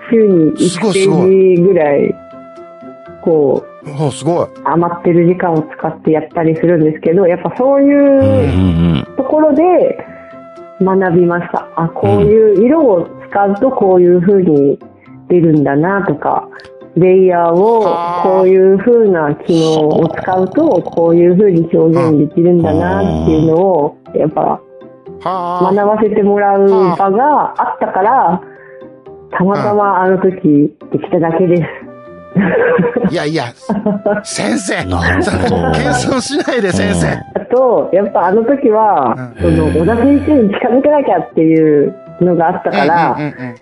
週に
すご
1
い
ペ
すごい
ージぐらい、こう、
おすごい。
余ってる時間を使ってやったりするんですけど、やっぱそう
うんう
いうんところで学びました。あ、こういう色を使うとこういう風に出るんだなとか、レイヤー
あ
を
ー
こういう風な機能を使うとこういう風に表現できるんだなっていうのを、やっぱ
は
学
あ。
ばせてもらう場があったから、たまたまあの時できただけです。
いやいや、先生
うん。なるほど。
謙遜しないで先生。
あと、やっぱあの時は、
う
そ
ん
の
へー
小田先生に近づけなきゃっていうのがあったから、
うんうんうんうん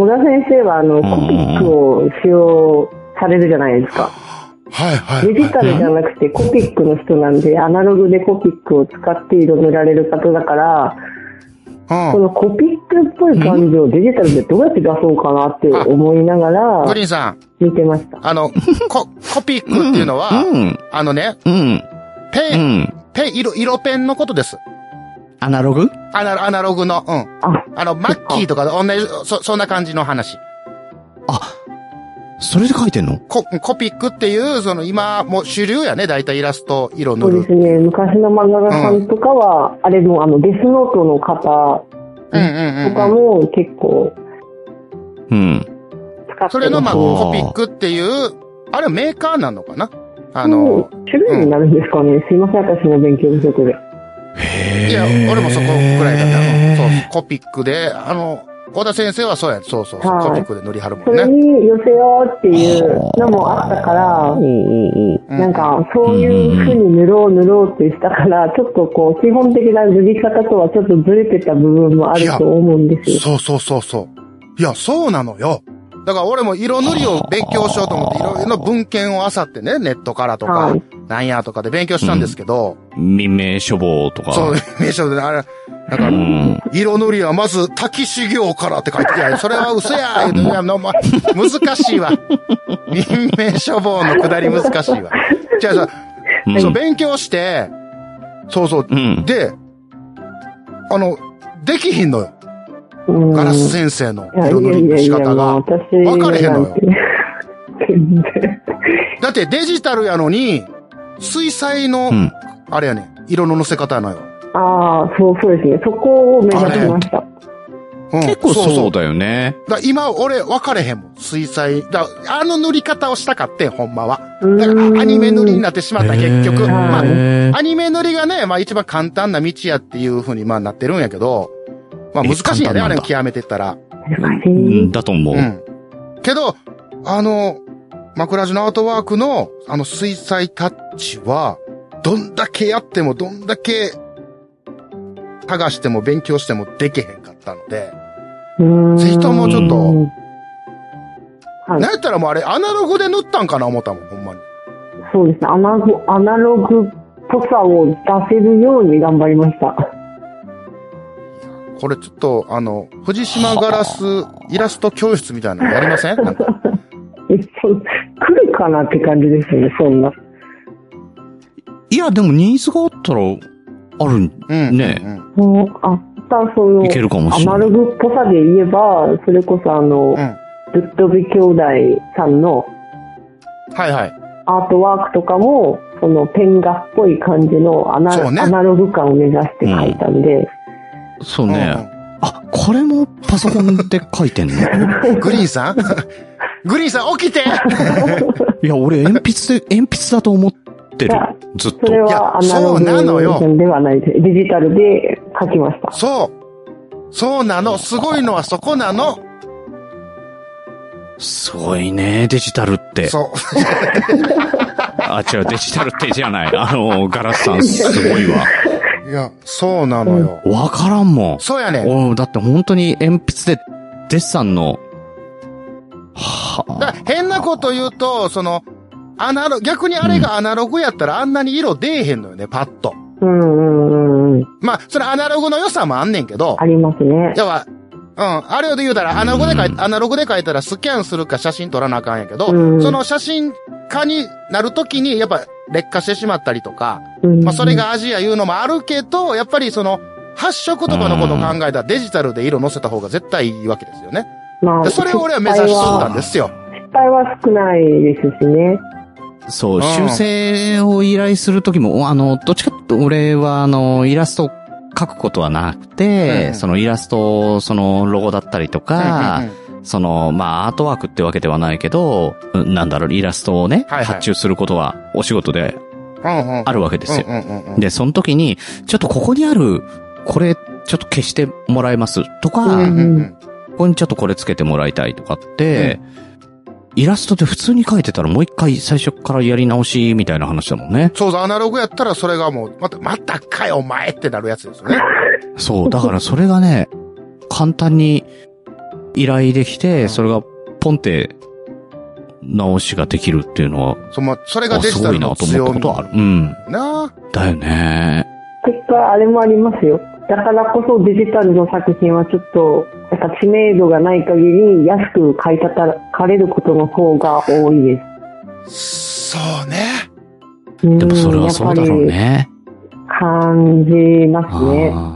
小田先生はあ
ん
の、
うんうん
コピックを使用されるじゃないですか。
はいはい
デジ
は
タルじゃなくてコピックの人なんで、アナログでコピックを使って色塗られる方だから、
い。
こ
うん。
のコピックっぽい感じをデジタルでどうやって出そうかなって思いなが
グ
ら
リーンさん、
見てました。
あの、コ、コピックっていうのは、
うん。
あのね、
うん。う
ペン、
ん。
ペン、色、色ペンのことです。
アナログ
アナアナログの、うん。
あ、
あの、マッキーとかと同じ、そ、そんな感じの話。
あ、それで書いてんの
コ、コピックっていう、その今、もう主流やね、だいたいイラスト、色
そ
塗
うです
る。
ね。昔の漫画家さんとかは、あれもあの、デスノートの方
うんうんうんう
と
ん。
かも結構
うん。
使って
それの、まあ、
あー
コピックっていう、あれはメーカーなのかなあ
あの
の、、
種類になるんですかね、すいません、私も勉強不足で。
へえ。
いや、俺もそこくらいだったの。そうそう、コピックで、あの、小田先生はそうや、そうそうそう、
はい
コピックで塗りはるも
そ
ん
れ
ね。
に寄せようっていうのもあったから
お、うおうおう
うん
なん、か、そういう風に塗ろう塗ろうってしたから、ちょっとこう、基本的な塗り方とはちょっとずれてた部分もあると思うんですよ。
そうそうそうそう。いや、そうなのよ。だから俺も色塗りを勉強しようと思って、いろいろな文献を漁ってね、ネットからとか
はい、
なんやとかで勉強したんですけど、
民命処方とか。
そう、名称で、あれ、なんか
う、ん。
色塗りはまず滝修行からって書いて、いや、それは嘘や言うていや、のま、難しいわ。民命処方のくだり難しいわ。じゃあさ、
うん
そう、勉強して、そうそう
う。ん。
で、あの、できひんのよ。
うん
ガラス先生の
いやい
色塗
や
り
い
の
やい
仕
や、
方
まあ
が。
私
分かれへんのよ
なんて全 然。
だってデジタルやのに、水彩の
う、ん。
あれやねん、色の乗せ方やのよ。
ああ、そうそうですね。そこを目指しました。
うん
結構そう
だ。
だよね。
だ今、俺、分かれへんもん。水彩。だあの塗り方をしたかってん、ほんまは。
うーん
だから、アニメ塗りになってしまった、結
へ
局。
ー
まあ、
へー
アニメ塗りがね、まあ一番簡単な道やっていう風にまあなってるんやけど、まあ難しいんや
え簡単
ね、
な
あ
んだ
れを極めてったら。
難し
う
い
ん。。だと思う
う。ん。けど、あの、枕地のアートワークの、あの、水彩タッチは、どんだけやっても、どんだけ、剥がしても勉強してもできへんかったので、
うん
ぜひともちょっと
はい
なんやったらもうあれ、アナログで塗ったんかな思ったもん、ほんまに。
そうですね。アナログ、アナログっぽさを出せるように頑張りました。
これちょっと、あの、藤島ガラスイラスト教室みたいなのやりませんなんか
え、そう、来るかなって感じですよね、そんな。
いや、でもニーズがあったら、あるん、
う ん。
ね
うん
うん、あ、またその
い、けるかも
ア
しれな
ナ
い。
ログっぽさで言えば、それこそあの
う、ん。
ぶっ飛び兄弟さんの
はいはい。
アートワークとかも、そのペン画っぽい感じのア
そう
ナ,、
ね
アナログ感を目指して描いたんで、
そう
うん
ね。あ、これもパソコンで書いてんの い
うんグリーンさん グリーンさん起きて
や、俺鉛筆で、鉛筆だと思ってる
いや。
ずっと
そ。れ
いや
はアナロ
そうなのよ
グではないです。デジタルで描きました。
そうそうなのすごいのはそこなの
すごいね、デジタルって。
そう。
あ、違う、デジタルってじゃない。あの、ガラスさんすごいわ。
いや、そう なのよ。
わからんもん。
そうやねん。
おうだって本当に鉛筆で、デッサンの、は
だから変なこと言うと、その、アナログ、逆にあれがアナログやったらあんなに色出えへんのよね、パッと。
うんうんうんうん。
まあ、それアナログの良さもあんねんけど
あ、りますね。
要は、うん、あれをで言うたら、アナログで書い、アナログで書いたらスキャンするか写真撮らなあかんやけど、
うん
その写真家になるときに、やっぱ劣化してしまったりとか、
うん
まあそれ。がアジアいうのもあるけど、やっぱりその、発色とかのことを考えたらデジタルで色乗せた方が絶対いいわけですよね。
ま
でそれを俺は目指しとったんですよ。
失敗は少ないですしね。
そう、
うん
修正を依頼するときも、おあの、どっちかって俺は、あの、イラストを描くことはなくて、
うん
そのイラストを、そのロゴだったりとか、
うんうん
その、まあ、アートワークってわけではないけど、うんなんだろう、イラストをね、
はいはい
発注することはお仕事で
うんうん
あるわけですよ。
うんうんうんうん
で、その時に、ちょっとここにある、これ、ちょっと消してもらえますとか、
う
うんんうん
ここにちょっとこれつけてもらいたいとかって、イラストで普通に書いてたらもう一回最初からやり直しみたいな話だもんね。
そうそう、アナログやったらそれがもう、また、またかよ、お前ってなるやつですよね。
そう、だからそれがね、簡単に依頼できて、それがポンって直しができるっていうのは、
そのそれが
あ
デ
す
ジタ
ご
ル
いな
の
と思
強
ったこ
み
とはある。うん。
なあ。
だよね。
結果、あれもありますよ。だからこそデジタルの作品はちょっと、なんか知名度がない限り安く買いたたかれることの方が多いで
そうね。
す。うん
でもそれはそうだろう。
やっ
ね。
ぱり感じますね。
あ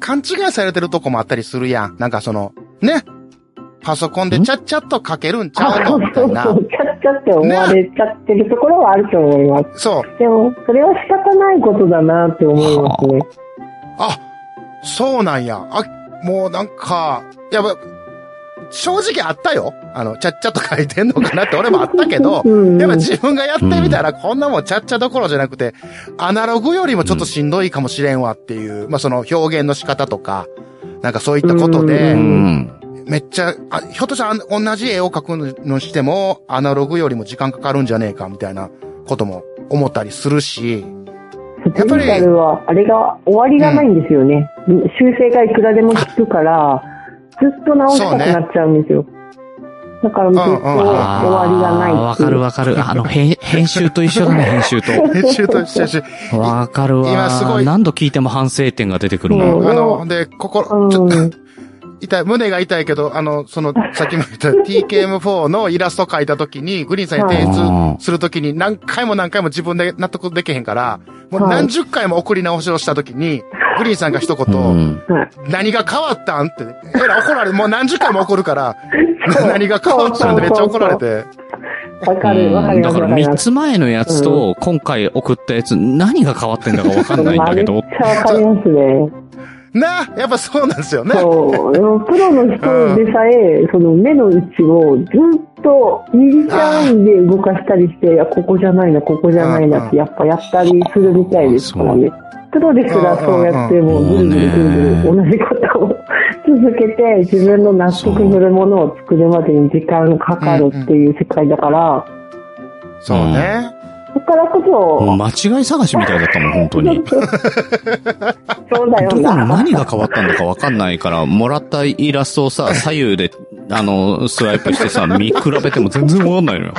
勘違いされてるとこもあったりするやん。なんかその、ね。パソコンでちゃっちゃっと書けるんちゃうのみた
そ
いうな
そ。う、ちゃっちゃって思われちゃってるところはあると思います。
そう。
でも、それは仕方ないことだなって思いますね。
あ、そうなんや。あ、もうなんか、やば、正直あったよ。あの、ちゃっちゃと書いてんのかなって俺もあったけど、
うんうん
やっぱ自分がやってみたら、こんなもんちゃっちゃどころじゃなくて、アナログよりもちょっとしんどいかもしれんわっていう、まあその表現の仕方とか、なんかそういったこと
ー
で、
うん。
めっちゃ、あひょっとしたらあの同じ絵を描くのしても、アナログよりも時間かかるんじゃねえかみたいなことも思ったりするし、
デジタルは、あれが、終わりがないんですよね。修正がいくらでも効くから、ずっと直したくなっちゃうんですよ。だからずっと終
あ
わりがない
あーわ
ってい
か
う
るわかる。あの、編編集と一緒だね、編集と。
編集と一緒やし、
わかるわ。
今すごい
何度聞いても反省点が出てくる
う
もん。
ん
あの、で、心、ちょっと、
うん。
痛い、胸が痛いけど、あの、その、さっきも言った TKM4 のイラスト描いた時に、グリーンさんに提出する時に何回も何回も自分で納得できへんから、もう
はい
何十回も送り直しをした時に、グリーンさんが一
う
言、
ん。
はい
何が変わったんって、えら怒られ、もう何十回も怒るから、何が変わったんってめっちゃ怒られて、
わかる、わか
うん
りま
だ
す、
から
わかり
3
ます。
つ前のやつと今回送ったやつ何が変わってんだかわかんないんだけ
め
ど
っ。ちゃわかりますね。
なあやっぱそうなんですよね。
そう。でもプロの人でさえ、その目の位置をずっと右単位で動かしたりして、いや、ここじゃないな、ここじゃないなって、やっぱやったりするみたいですからね。プロですらそうやって、もうぐるぐるぐるぐる同じことを続けて、自分の納得するものを作るまでに時間かかるっていう世界だから、
そうね。
だからこ
もう
そ、
間違い探しみたいだったもん、本当に。ど
そうだよ
この
な。
何が変わったんだかわかんないから、もらったイラストをさ、左右で、あの、スワイプ してさ、見比べても全然わかんないのよ。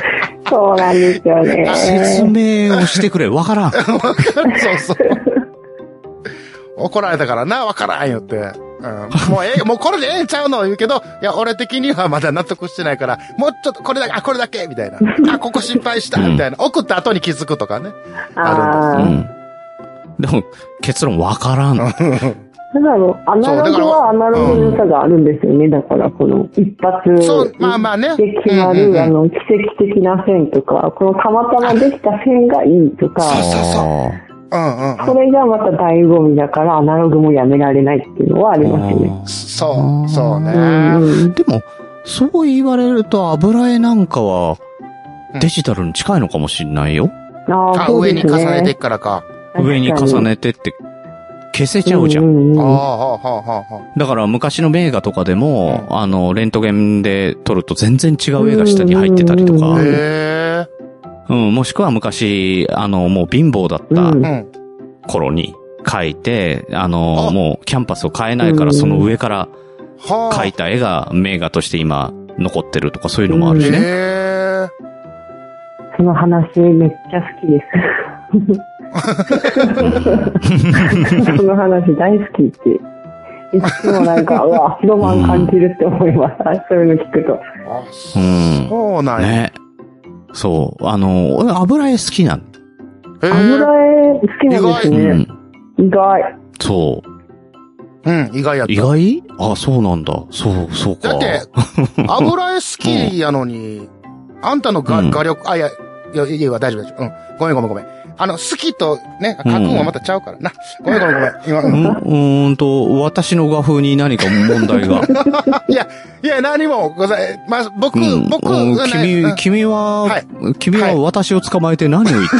そうなんですよね。
説明をしてくれ、わからん。
わかるそうそう。怒られたからな、わからんよって。うん、もうええ、もうこれでええんちゃうの言うけど、いや、俺的にはまだ納得してないから、もうちょっとこれだけ、あ、これだけみたいな。あ、ここ失敗したみたいな。送った後に気づくとかね。あ
う
ああ、
ん。でも、結論わからん。
なんだろう、アナログはアナログの良さがあるんですよね。だから、この一発
そうまあまあね
で決ま
うんうんうん
る、あの、奇跡的な線とか、このたまたまできた線がいいとか、
そうそうそううんうんうん。
それがまた醍醐味だから、アナログもやめられないっていうのはありますよね。
あー
そう、そうね。
うんうん
でも、そう言われると油絵なんかは
うん
デジタルに近いのかもしんないよ。
あー
あ、
そう
上
で
に
すね
重ねていくからか。
上に重ねてって消せちゃうじゃん。
うう
ああ、は
うん
あ、はあ、はあ。
だから昔の名画とかでも、
う
あの、レントゲンで撮ると全然違う絵が下に入ってたりとか、
うん
へ
うん、もしくは昔、あの、もう貧乏だ
う
っ
え。うん。
た頃に描いて、あ
あ
の、もうキャンパスを変えないから
うん
その上から
はあ。
描いた絵が名画として今残ってるとかそういうのもあるしね。
へえ。
その話めっちゃ好きです。その話大好きって。いつもなんか、うわ、ロマン感じるって思います。そういうの聞くと。
あ、
うん
そうなんや。
ね。そう。あの、俺油絵好きなんだ。
へえ
油絵好きなんです
う
ね。
ん。
意外。
そう。
うん、意外やった
意。外あ、そうなんだ。そう、そうか。
だって、油絵好きやのに、あんたの画
うん
画力、あ、いや、いや、いや、大丈夫、大丈夫。うん。ごめん、ごめん、ごめん。あの、好きとね、書くんはまたちゃうからな。ごめん、ごめん、ごめん。今、
う、
うんん
うーんと、私の画風に何か問題が。
いや、いや、何もございます。僕、
うん、
僕、
うん
ねう
君、
ん
君は、
はい
君
は
はい私を捕まえて何を言ってい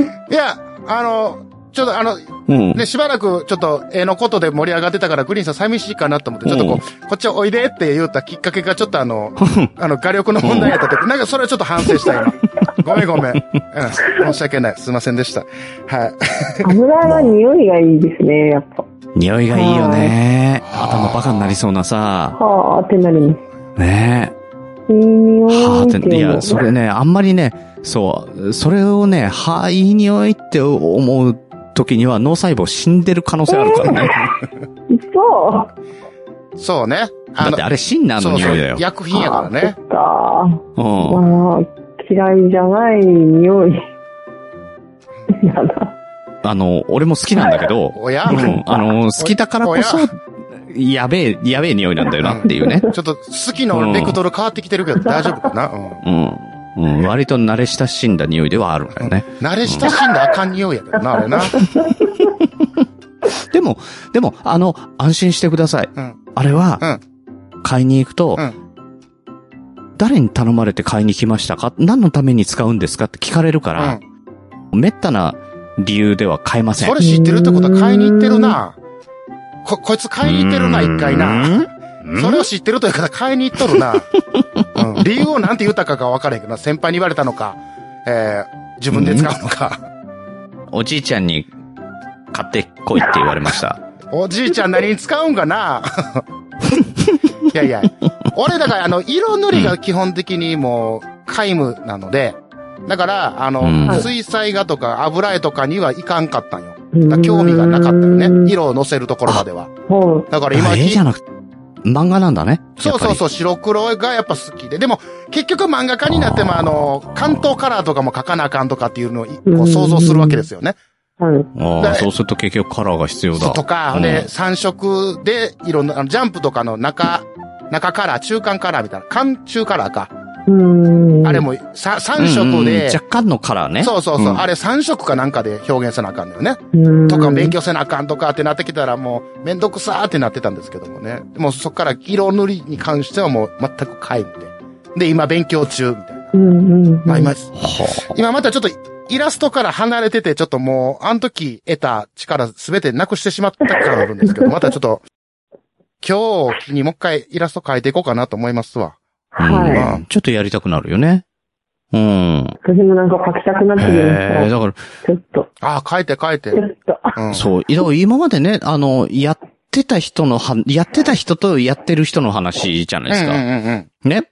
るんだ。
いや、あの、ちょっとあの、
うん。
ね、しばらくちょっと絵のことで盛り上がってたから、グリーンさん寂しいかなと思って、ちょっとこう、こっちおいでって言ったきっかけがちょっとあの、あの、画力の問題やった時、なんかそれはちょっと反省した 今。ごめんごめん。うん、申し訳ない。すいませんでした。はい。
油絵は匂いがいいですね、やっぱ。
匂いがいいよね。頭バカになりそうなさ。
はーってなります。
ね
いい匂
え。はあ
い
っ、
ってて
い
いうの
や、それね、あんまりね、そう、それをね、はあ、いい匂いって思う時には脳細胞死んでる可能性あるからね。
そ
そうね。
だってあれ真な
そ
の
うそ
匂
う
いだよ。
薬
う
品やからね
あー。そっか。
うん。
まあ、嫌いじゃない匂い。やだ。
あの、俺も好きなんだけど、
おや、
うん、あの、好きだからこそ
お、
やべえ、やべえ匂いなんだよなっていうね。
ちょっと好きのベクトル変わってきてるけど、大丈夫かなうん。
うん。うん、割と慣れ親しんだ匂いではあるんだよね。
慣れ親しんだあかん匂いやけどな、あれな。
でも、でも、あの、安心してください。
うん
あれは、買いに行くと、
うん
誰に頼まれて買いに来ましたか何のために使うんですかって聞かれるか
う
ら
ん、。
滅多な理由では買えません。
それ知ってるってことは買いに行ってるな。こ、こいつ買いに行ってるな、一回な。
うん
それを知ってるという方買いに行っと るな。うん、理由をなんて言ったかが分からへんけどな、先輩に言われたのか、えー、自分で使うのか。
おじいちゃんに買ってこいって言われました。
おじいちゃん何に使うん かないやいや、俺だからあの、色塗りが基本的にもう、皆無なので、だから、あの、
うん
水彩画とか油絵とかにはいかんかったんよ。だから興味がなかったよね。色を乗せるところまでは。
も
だから
あ
今、
絵じゃなくて、漫画なんだね。
そうそう
う。
そう、白黒がやっぱ好きで。でも、結局漫画家になっても、あの、関東カラーとかも描かなあかんとかっていうのを一個想像するわけですよね。
う、はい。
ああ、そうすると結局カラーが必要だ。
とか、
うん
で、3色で、いろんな、あのジャンプとかの中、中カラー、中間カラーみたいな、間中カラーか。
うーん。
あれもさ3
うんうん
色
うん
で、
若干のカラーね。
そうそうそう、
ん
あれ3色かなんかで表現せなあかんのよね。
うん、
とか勉強せなあかんとかってなってきたらもうめんどくさーってなってたんですけどもね。もうそっから色塗りに関してはもう全く皆無で。で、今勉強中みたいな。
うんうん。
まあ今、
は
今またちょっとイラストから離れてて、ちょっともう、あの時得た力すべてなくしてしまった感あるんですけど、またちょっと、今日を機にもう一回イラスト描いていこうかなと思いますわ。
あ
はい。
うんちょっとやりたくなるよね。うん。
私もなんか書きたくなってきま
へえ、
し
だから、
た。ちょっと、
ああ、描いて描いて。
ちょっと。
うん。
そう。だから今までね、あの、やってた人のは、やってた人とやってる人の話じゃないです
うんう
か。
んうんうん。
ね。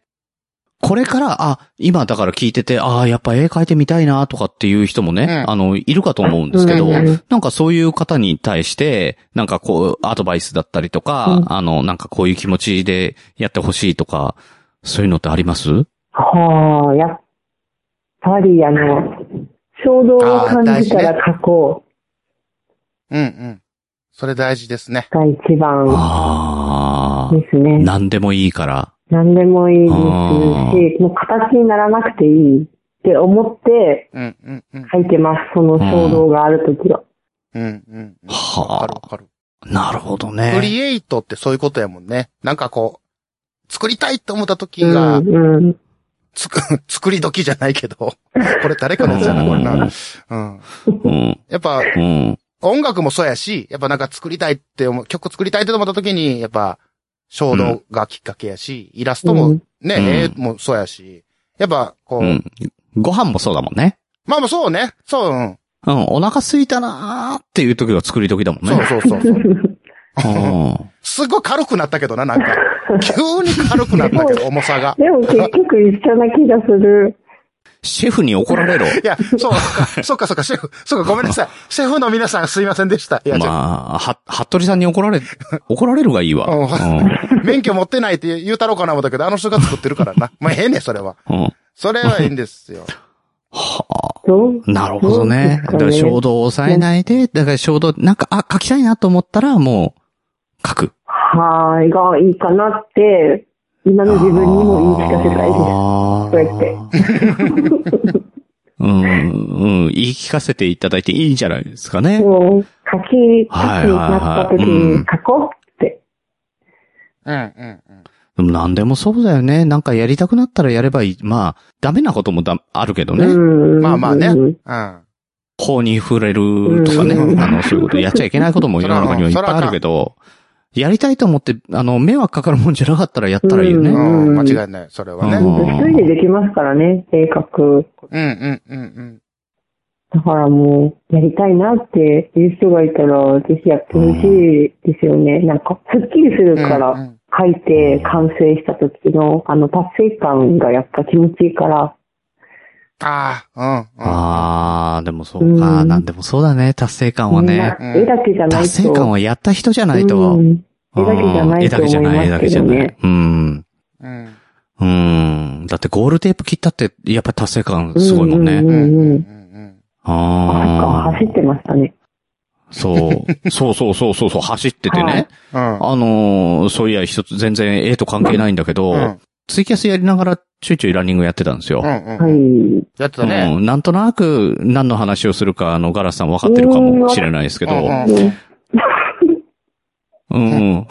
これから、あ、今だから聞いてて、ああ、やっぱ絵描いてみたいなとかっていう人もね、
うん
あの、いるかと思うんですけど、
うんうん
なんかそういう方に対して、なんかこう、アドバイスだったりとか、
うん
あの、なんかこういう気持ちでやってほしいとか、そういうのってあります
はあ、やっぱり、あの、衝動を感じたら書こ
うんうん。それ大事ですね。
うが一番
ああ、
ですね。
何でもいいから。
何でもいいです
あ
し、もう形にならなくていいって思って
うんうんうん。
書いてます。その衝動があるときは。
うんうんうん。
はあ
わかるわかる。
なるほど
ク
ね。
リエイトってそういうことやもんね。なんかこう、作りたいって思った時
う
が、
ん、うん。
つく、 作り時じゃないけど、これ誰かのやつやな、これな。うん。
うん、
やっぱ、
うん、
音楽もそうやし、やっぱなんか作りたいって思う、曲作りたいって思った時に、やっぱ、衝動がきっかけやし、イラスト
う
も
ん
ね、
うん
絵もそうやし、やっぱ、こう、
うん。ご飯もそうだもんね。
まあまあそうね、そう、うん、
うん、お腹空いたなーっていう時は作り時だもんね。
そうそうそうそう。
うん
すごい軽くなったけどな、なんか。急に軽くなったけ ど、重さが。
でも結局一緒な気がする。
シェフに怒られろ。
いや、そう、そっかそっか、シェフ、そっか、ごめんなさい。シェフの皆さんすいませんでした。いや、ちょ
まあ、は、服部さんに怒られ、怒られるがいいわ。
うん
う
免許持ってないって言うたろうかな思ったけど、あの人が作ってるからな。まあ、ええねん、それは。
ん。うん
それはいいんですよ。
は
そう
あ、なるほどね。だ
そう
から
ですかね
衝動を抑えないで、だから衝動、なんか、あ、書きたいなと思ったら、もう、書く。
はーい、がいいかなって、今の自分にも言い聞かせたいです。
あー うん、うん、言い聞かせていただいていいんじゃないですかね。
もう、書き、書きに
はいはい
なった
はい
時
うん
に書こうって。
うん、うん、うん。
でも何でもそうだよね。なんかやりたくなったらやればいい。まあ、ダメなこともだあるけどね。
うん
まあまあね
うん
うん。
法に触れるとかね、
うん
あの、そういうこと、やっちゃいけないことも世の中にはいっぱいあるけど、やりたいと思って、あの、迷惑かかるもんじゃなかったらやったらいいよね。
うん
うん、間違いない、それは
う
ね。
ん
一人でできますからね、性格。
うん、うん、うん、うん。
だからもう、やりたいなっていう人がいたら、ぜひやってほしいですよね。なんか、すっきりするか
うんう
ら、
ん
書いて完成した時の、あの、達成感がやっぱ気持ちいいから。
ああ、うん、うん。
あー、でもそうか、
うん
なんでもそうだね、達成感は
みん
ね
な。絵だけじゃないと。
達成感はやった人じゃないと。
うん
う
絵
ん
だけじゃない
絵だ
と
けじゃ
思
ない、絵
いま
だ
すけ
けじゃ
ど
な
ね
い。。うん。
うん。
うん。だってゴールテープ切ったって、やっぱり達成感すごいもんね。
うんうん
う
うん
う
ん
ん
あ
あ
走
ー
ってましたね。
そう。そうそうそうそうそう、走ってて
はい
ね。
うん。
あのー、そういや、一つ全然絵と関係ないんだけど、
うん。
ツイキャスやりながらちょいちょいランニングやってたんですよ。
うん。
は
うん。
い。
やってたね。
うん、なんとなく何の話をするか、あの、ガラスさん分かってるかもしれないですけど、
う
うんん、
うん。
うん、
うん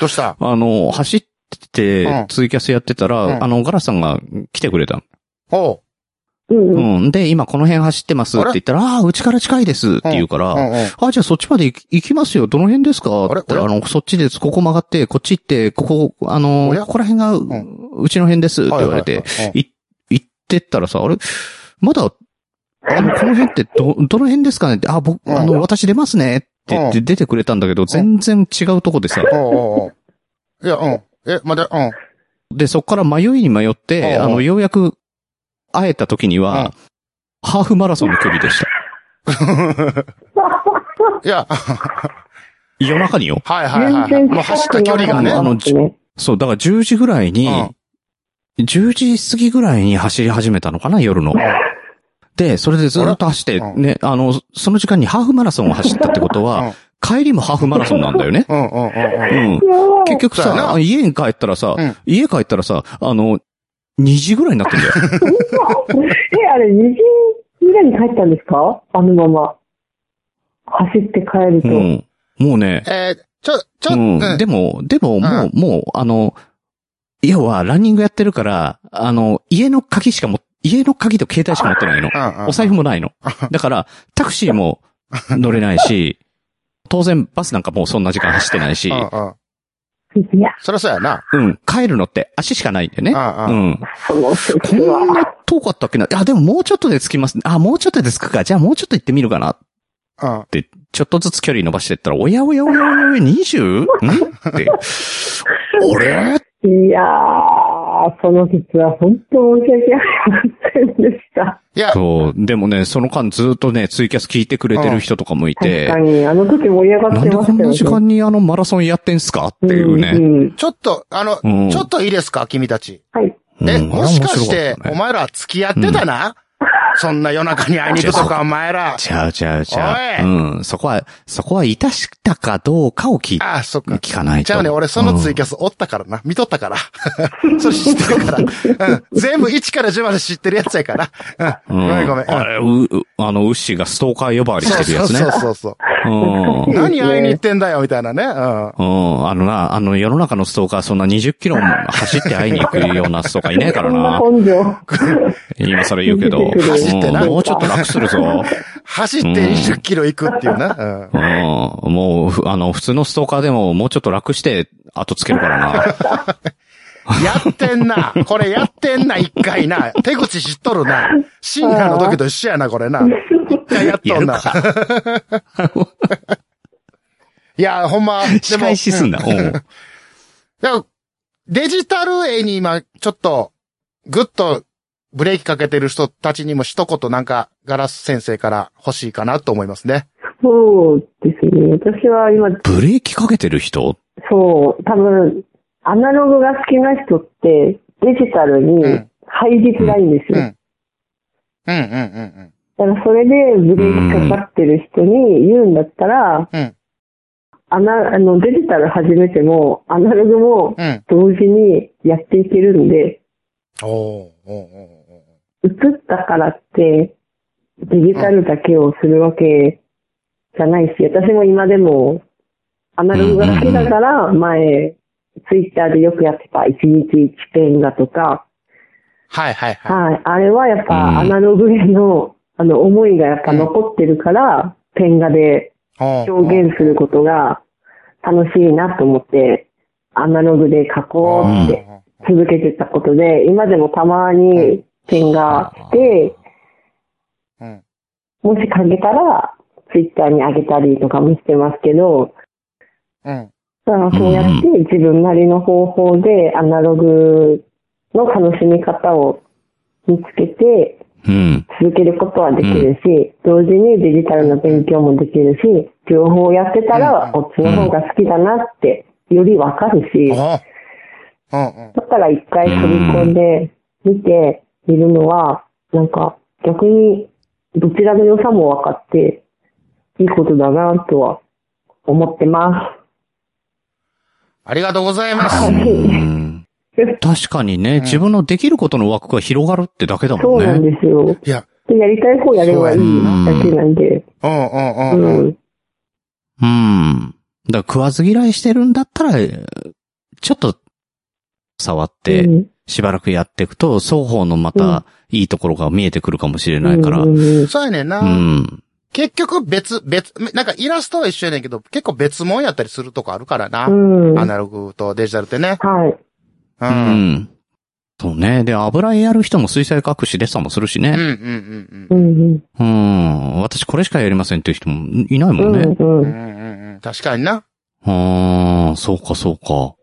どうした
あの、走って
うん
てツイキャスやってたら、
うん
あの、ガラスさんが来てくれたの。
おう。
うん
う
うん。
ん、で、今この辺走ってますって言ったら、ああー、うちから近いですって言うから、
うんうん。
あ、じゃあそっちまで行き行きますよ。どの辺ですか
あれ
ってあ
俺
の、そっちです。ここ曲がって、こっち行って、ここ、あの
おや
ここら辺がう、うちの辺ですって言われて、
はいはいはい
い行ってったらさ、あれまだ、あの、この辺ってど、どの辺ですかねって、あ、僕、
うん
あの、私出ますねって言って出てくれたんだけど、全然違うとこでさ、
うんおうおうおういや、うん。え、まだ、うん。
で、そこから迷いに迷って、
うん
あの、ようやく会えた時には、ハーフマラソンの距離でした。
いや、
夜中によ。
はいはいはい。
全然近くなかった
もう走った距離がね。
あのじそう、だから10時ぐらいに、
うん
10時過ぎぐらいに走り始めたのかな、夜の。で、それでずっと走って、
うん
ね、あの、その時間にハーフマラソンを走ったってことは、帰りもハーフマラソンなんだよね。
うんうんうんうん。
うん。結局
そうや
さ、
な
あ家に帰ったらさ、
うん
家帰ったらさ、あの、2時ぐらいになって んだよ。
え、あれ、2時ぐらいに帰ったんですかあのまま。走って帰る
う
と。
ん。もうね、
えーちょ、ち
う
ょ、うん
ん。でも、でも、もう、もう、あの、要は、ランニングやってるから、あの、家の鍵しかも、家の鍵と携帯しか持ってない の。
うんうん
お財布もないの。だから、タクシーも乗れないし、当然バスなんかもうそんな時間走ってないし、
うんうん。
いや、
そりゃそうやな。
うん、帰るのって足しかないんだよね。う
うんうん。
ん。
その時
こん
は。
な遠かったっけな。あ、でももうちょっとで着きます。あ、もうちょっとで着くか。じゃあもうちょっと行ってみるかな。
うん。
ちょっとずつ距離伸ばしてったら、おやおやおやおやおや、20? んって。俺
いやー、やー、その説は本当申し訳ありませんでした。
いや、
そう。でもね、その間ずっとね、ツイキャス聞いてくれてる人とかもい
確
て、
かに、あの時盛り上が
な
っ
ん
て
で
ま
こ
し
ん
たよ
な
ね。
時間にあのマラソンやってんすかっていう
う
ね。
んうん
ちょっと、あの、
うん
ちょっといいですか君たち。
はい。
え、
うん
もしかして、
あれ面白か
お
っ
前ら付き合ってたな、そんな夜中に会いに行くとか、お前ら。
たね違う違う違う。うん。そこは、そこはいたしたかどうかを聞い
ああ、そっか。
聞かないと。
じゃあね、俺そのツイキャスおったからな。見とったから。 それ知ってるから。うん。全部1から10まで知ってるやつやから。うん。
うん
ごめんごめん。
あれ、う、うあの、ウッシーがストーカー呼ばわりしてるやつね。
そうそうそうそ
う
う。
ん。
ん
何会いに行ってんだよ、みたいなね。うん。
うん。あのな、あの、世の中のストーカー、そんな20キロも走って会いに行くようなストーカーいねえか
そ
ら
んな
な。
根性。
今更言うけど。
走
ってな
うんもうちょっと楽するぞ。
走って20キロ行くっていうな。
うん。もうふ、あの、普通のストーカーでも、もうちょっと楽して、後つけるから な。
うん。やってんな。これやってんな、一回な。手口知っとるな。深夜の時と一緒やな、これな。一回やっ
や
とん
る
な。
か。
いや、ほんま、
仕返しすんな。うん。
だからデジタル絵に今、ちょっと、ぐっとブレーキかけてる人たちにも一言なんか、ガラス先生から欲しいかなと思いますね。
そうですね。私は今、
ブレーキかけてる人
そう、多分、アナログが好きな人って、デジタルに
うん
入りづらいんです
う
よ。
ん。うんうんうん
だからそれでブレーキかかってる人に言うんだったら、
うん。うん。
アナあのデジタル始めても、アナログも
うん。
同時にやっていけるんで、
おーおーおーおー
移ったからって、デジタルだけをするわけじゃないし、私も今でも、アナログが好きだから、前、ツイッターでよくやってた、1日1ペンだとか、
はいはいはい。
はい。あれはやっ
うん
ぱアナログへの、あの思いがやっぱ残ってるから、ペン画で
おー
表現することが楽しいなと思って、アナログで書こうって
おー
続けてたことで、今でもたまにペン画して、
うん
もし書けたら、ツイッターに上げたりとかもしてますけど、
うん。
だからそうやって自分なりの方法でアナログの楽しみ方を見つけて、
うん。
続けることはできるし、同時にデジタルの勉強もできるし、両方やってたら、
うん
こっちの方が好きだなって、よりわかるし、
おーうんうん。
だから一回飛び込んで見ているのは、なんか逆にどちらの良さも分かって、いいことだなとは思ってま
ありがとうございます。
うん確かにね、自分のできることの枠が広がるってだけだ
す。そ
も
うんなん
ね。
ですよ。
いや、
でやりたい方やればいいだけなんで、
うんうんう
うん
うん。
ん。
うん。だから食わず嫌いしてるんだったら、ちょっと、触って、
うん
しばらくやっていくと、双方のまた、いいところが見えてくるかもしれないから。う
う
ん
うんうん
そうやねんな。
ん。
結局別、別、なんかイラストは一緒やねんけど、結構別物やったりするとこあるからな。
うん。
ア
は
ナログとデジタルってね。
い。
う。
うんん。そうね。で、油絵やる人も水彩隠しデッサンもするし
うんうん
ね。
うん
うんうん。
うん。私これしかやりませんっていう人もいないもんね。
うん
うん。
う。
うんんうん。確かにな。
うん、そうかそうか。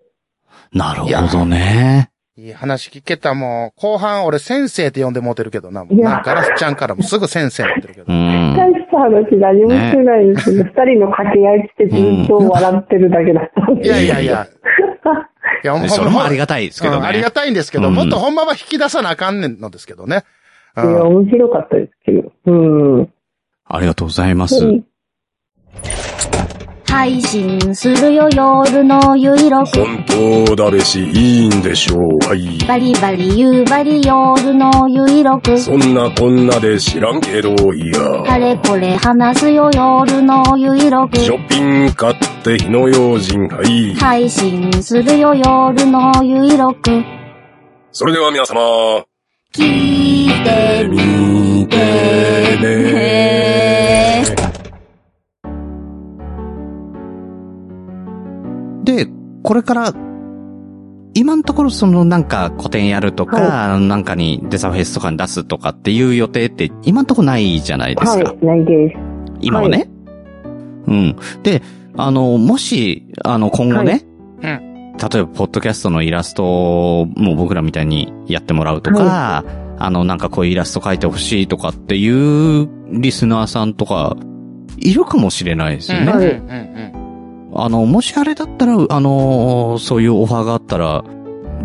なるほどね。
いい話聞けたもう、後半俺先生って呼んでもうてるけどな。もう
いや
なんかガラスちゃんからもすぐ先生って言ってるけど
う。
大
ん。
した話何もしてないですね。二人の掛け合いしてずっと笑ってるだけだった。
いやいやいや。いや、ほんま
それもありがたいですけど
うん
ね。
ありがたいんですけど、
うん
もっとほんまは引き出さなあかんねんのですけどね。う
いや、
ん。
面白かったですけど。うん。
ありがとうございます。
配信するよ夜のゆいろく
本当だべし、いいんでしょうかい。
バリバリ夕張夜のゆいろく
そんなこんなで知らんけど、いや。
あれこれ話すよ夜のゆいろく
ショッピング買って火の用心かい。
配信するよ夜のゆいろく
それでは皆様、
聞いてみ
見てね
て。
で、これから、今のところそのなんか個展やるとか、なんかにデザフェスとかに出すとかっていう予定って今のところないじゃないですか。
はい、ないです。
今はね、うん。で、あの、もし、あの、今後ね、
はいう
例えば、ポッドキャストのイラストも僕らみたいにやってもらうとか、あの、なんかこういうイラスト描いてほしいとかっていうリスナーさんとか、いるかもしれないですよね。
うん
はい
うんうん
あの、もしあれだったら、あの、そういうオファーがあったら、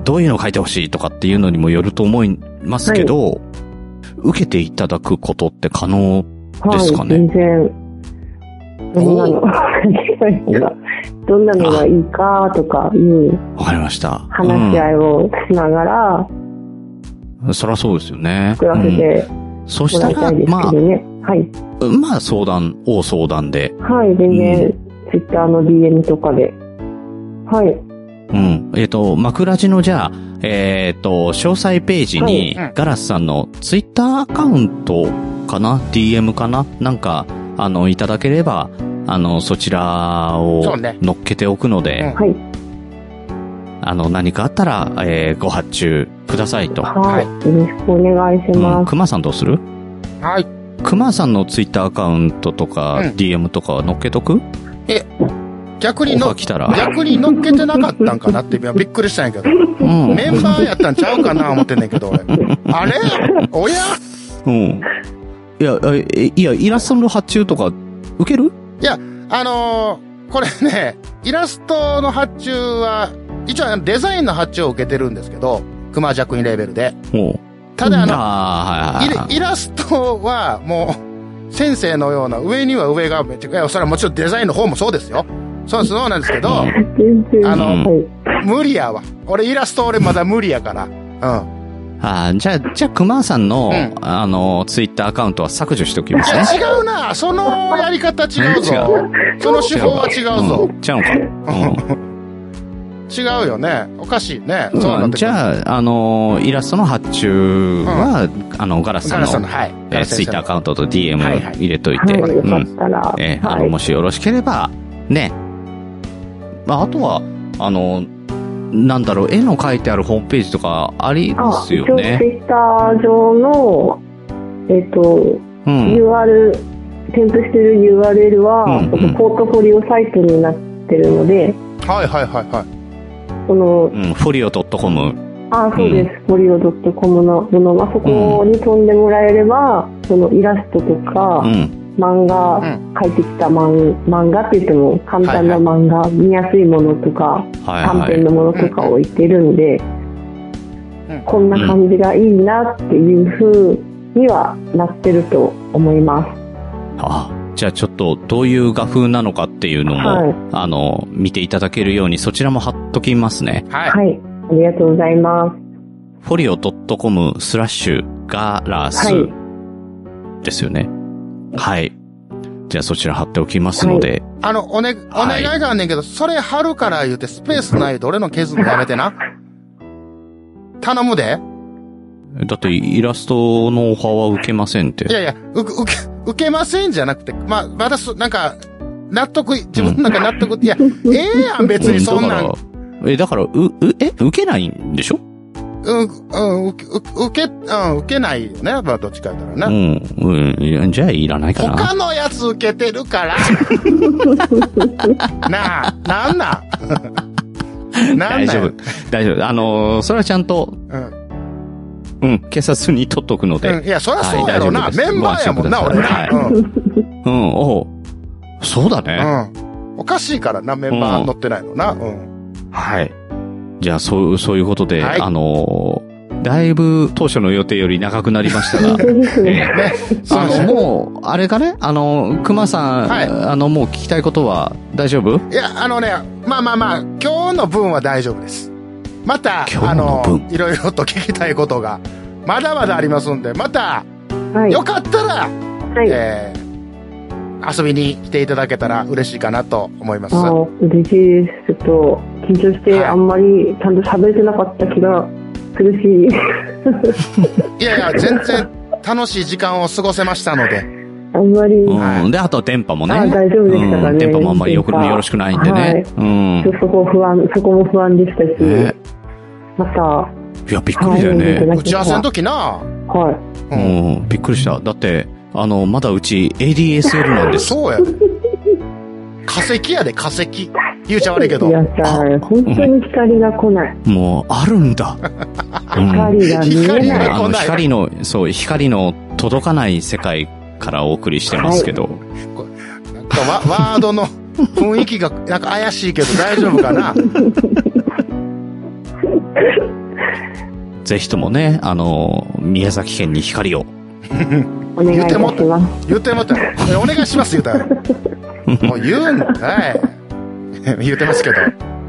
どういうの書いてほしいとかっていうのにもよると思いますけど、受けていただくことって可能、
は
で
い、
すかね
全然。どんなのがいいか、どんなのがいいかとかいう
わかりました。
話し合いをしながら
うん、そらそうですよね。
作らせ
うん
て
そ
も
し
ら
た
いた
ら、
いです
ま
けどね。はい。
あ、まあ相談、を相談で、
はい、全
う
然、ツイッターの DM とかで。はい。
うん。えっ、と、枕地のじゃあ、えっ、と、詳細ページに
はいうん、
ガラスさんのツイッターアカウントかな ?DM かななんか、あの、いただければ、あの、そちらを
そうね
乗っけておくので、
うん
はい。
あの、何かあったら、えーご発注くださいと。
はい。よろしくお願いし
うん。
ます。
熊さんどうする
はい。
熊さんのツイッターアカウントとか、
うん
DM とかは乗っけとくオ
逆
フ
に
ァ
の
ー、来たら。
逆に乗っけてなかったんかなって今びっくりしたんやけど。
うん。
メンバーやったんちゃうかな思ってんねんけど、俺。あれおや
うん。いや、えいや、イラストの発注とか、受ける
あのーこれね、 イラストの発注は、一応あのデザインの発注を受けてるんですけど、熊ジャクインレーベルで。
もう。
ただあの、
ああ、はいはいはい。
イライラストはもう、 先生のような、上には上がめっちゃ、いや、それはもちろんデザインの方もそうですよ。そうそうなんですけ ど、
全然。
あの
はい。
無理やわ。俺イラスト俺まだ無理やから。うん。
あーじゃあ、じゃあ、熊さんの、
うん
あの、ツイッターアカウントは削除しておきま
い
す
や、
ね。
違うな。そのやり方違うぞ。その手法は違うぞ。
ん。ちゃう か。
違うよね。おかしいね。
うん
そうな
う
っ
ん。
てくる
じゃあ、あの、イラストの発注は、あの、ガラスさ
ガ
ん
ラさん
の
の、、はい。
えーツイッターア
ー
カウントと
はい
DM
はい
入れといて、
はい。よ
う
か
ん
っ。たら。
えーあ
は
の、
い
も。しよろしければ、ね。まあ、あとは、あの、なんだろう、絵の書いてあるホームページとかありま
あ、
す
一
よ
応ツ
ね。
イッター上の、えっと、
うん。
URL、添付してる URL は、
うんうん
そのポートフォリオサイトになってるので、
はいはいはいはい。
その、
うん、フォリオ .com。
あそうです、フォリオ .com のものはそこに飛んでもらえれば、そのイラストとか
う、ん。
漫画、
うん
描いてきた漫漫画って言っても簡単な
はい
漫画、見やすいものと
は
か、
い
短
はい
編。のものとか置いてるんで、
うん
こんな感じがいいなっていう風にはなってると思います。
あじゃあちょっとどういう画風なのかっていうのも、
はい
あの、見ていただけるようにそちらも貼っときますね。
はい。
はい、ありがとうございます。
フォリオ .com スラッシュガラス
はい
ですよね。はい。じゃあそちら貼っておきますので、
あの、おね、お願いがあんねんけど、それ貼るから言うてスペースないで俺の削るのやめてな。 頼むで。
だってイラストのオファーは受けませんって。
いやいや、うく、受け、受けませんじゃなくて、まあ、まだそ、なんか、納得い、自分の中納得、いや、ええやん、別にそんなん。
うんだから、え、だから、う、う、え、受けないんでしょ
うん、うん、受け、受け、うん、受けないよね。まあ、どっちかやったら
う
ね。
ん、うんいや、じゃあいらないかな。
他のやつ受けてるから。なあ、なん なんなん
大
なん
丈
よ
夫。大丈夫。あのーそれはちゃんと、
うん
うん、警察に取っとくので。
うん。いや、そりゃそうやろな。
はい大丈夫で
メ
す
ンバーやもんな、
ご
俺
安心くだ
な
さい。うん、おうそうだね。
うん。うん。おかしいからな、メンバー乗ってないのな。うん。
はい。じゃあ、そう、そういうことで、
はい
あのーだいぶ当初の予定より長くなりましたが、
そうですね。
え ーあの、もう、あれかねあの、熊さん、
はい
あの、もう聞きたいことは大丈夫
いや、あのね、まあまあまあ、今日の分は大丈夫です。また、
今
あ
日の分
の、いろいろと聞きたいことが、まだまだありますんで、また、
はい。
よかったら、
はい。
えー遊びに来ていただけたら嬉しいかなと思います。
あ
は
嬉しいです。ちょっと緊張し
はい
てあんまりちゃんと喋れてなかった気がするし、
いやいや、全然楽しい時間を過ごせましたので、
あんまり、
うん。で、あとは電波もね。
あ大丈夫でしたかね
うん電波もあんまりよく
電波
よろしくないんでね。
はい
うん
ちょ。っとそこ不安、そこも不安でしたし、
ね
また、
いや、びっくりだよね。
打ち合わせの時な、
はい。
う
う、
んん、びっくりした。だって、あの、まだうち ADSL なんです。
そうや。化石やで、化石。言うちゃ悪いけど。
やさん、本当に光が来ない。
もう、あるんだ。うん
光が見え
光
ない。
が
あの、光の、そう、光の届かない世界からお送りしてますけど。
なんかワワードの雰囲気がなんか怪しいけど大丈夫かな
ぜひともね、あの、宮崎県に光を。
お願いいたし
言うても
ます。
言ってもったらお願いします言うたら。もう言うんはい。言ってますけど。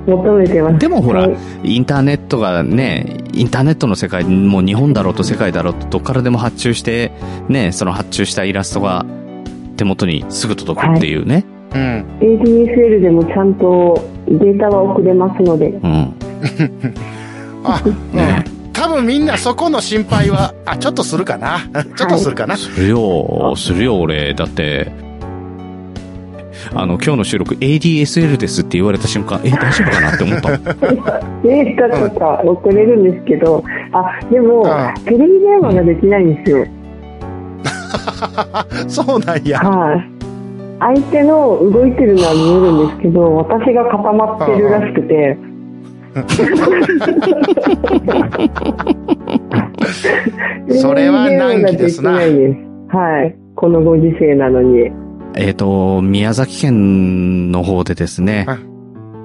求めてます。
でもほ
は
ら
い、
インターネットがね、インターネットの世界、もう日本だろうと世界だろうと、どっからでも発注して、ね、その発注したイラストが手元にすぐ届くっていうね。
うん
ADSL でもちゃんとデータは送れますので。
うん。
あ、うん。多分みんなそこの心配は、あ、ちょっとするかな。ちょっとするかな。
するよ、するよ、俺。だって、あの、今日の収録 ADSL ですって言われた瞬間、え、大丈夫かなって思ったもん。
データとか送れるんですけど、あ、でも
うん、
テレビ電話ができないんですよ。
そうなんや。
はい。相手の動いてるのは見えるんですけど、私が固まってるらしくて、
それは難儀ですな
テレビ電話ができないです。はい。このご時世なのに。
えっ、と、宮崎県の方でですね
はい、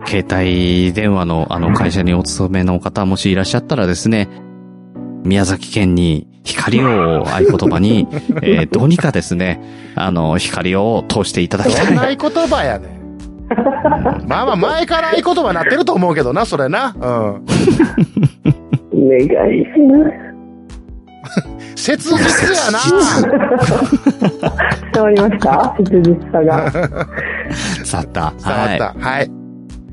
携帯電話のあの会社にお勤めの方もしいらっしゃったらですね、宮崎県に光を合言葉 に、えーどうにかですね、あの、光を通していただき
どんな
たい。
合言葉やねん。まあまあ前から合言葉なってると思うけどな、それな。うん。
お願いします。
切実やな。
伝わりました切実さが。
さっ た。
伝わ
は
っ
い。
た。はい。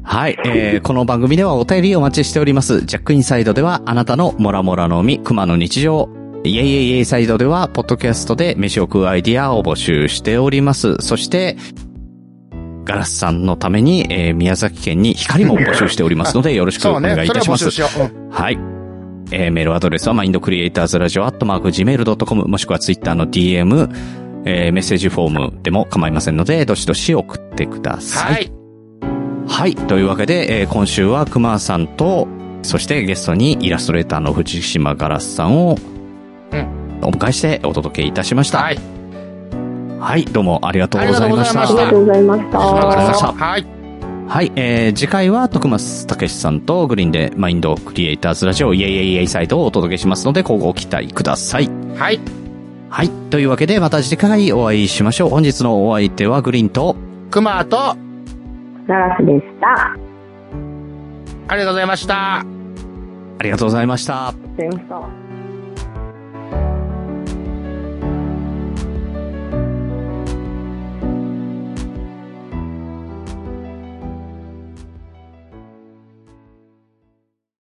はい、えー、 この番組ではお便りお待ちしております。ジャックインサイドではあなたのモラモラの海、熊の日常。イェイイェイイェイサイドでは、ポッドキャストで飯を食うアイディアを募集しております。そして、ガラスさんのために、えー、宮崎県に光も募集しており ますので、よろしく
そ
お
うね
願い。い
それ
た
は
し
募
ます。
集しよう。うん
はい。えーメールアドレスは mindcreatorsradio.gmail.com もしくは Twitter の DM、えーメッセージフォームでも構いませんので、どしどし送ってください。
はい。
はい。というわけで、えー今週は熊さんと、そしてゲストにイラストレーターの藤島ガラスさんを、
うん
お迎えしてお届けいたしました。
は
はいい。。どうもありがとうございまし
あ
た。
り
ありがとうございました。
わかりました
はい。
はい。えー次回は徳松武さんとグリーンでマインドクリエイターズラジオイエイエイエイサイドをお届けしますので、今後ご期待ください。
はい。
はい。というわけで、また次回お会いしましょう。本日のお相手はグリーンと、
熊と、
奈良市でした。あ
ありがとうございました。
ありがとうございました。
りがとうございました。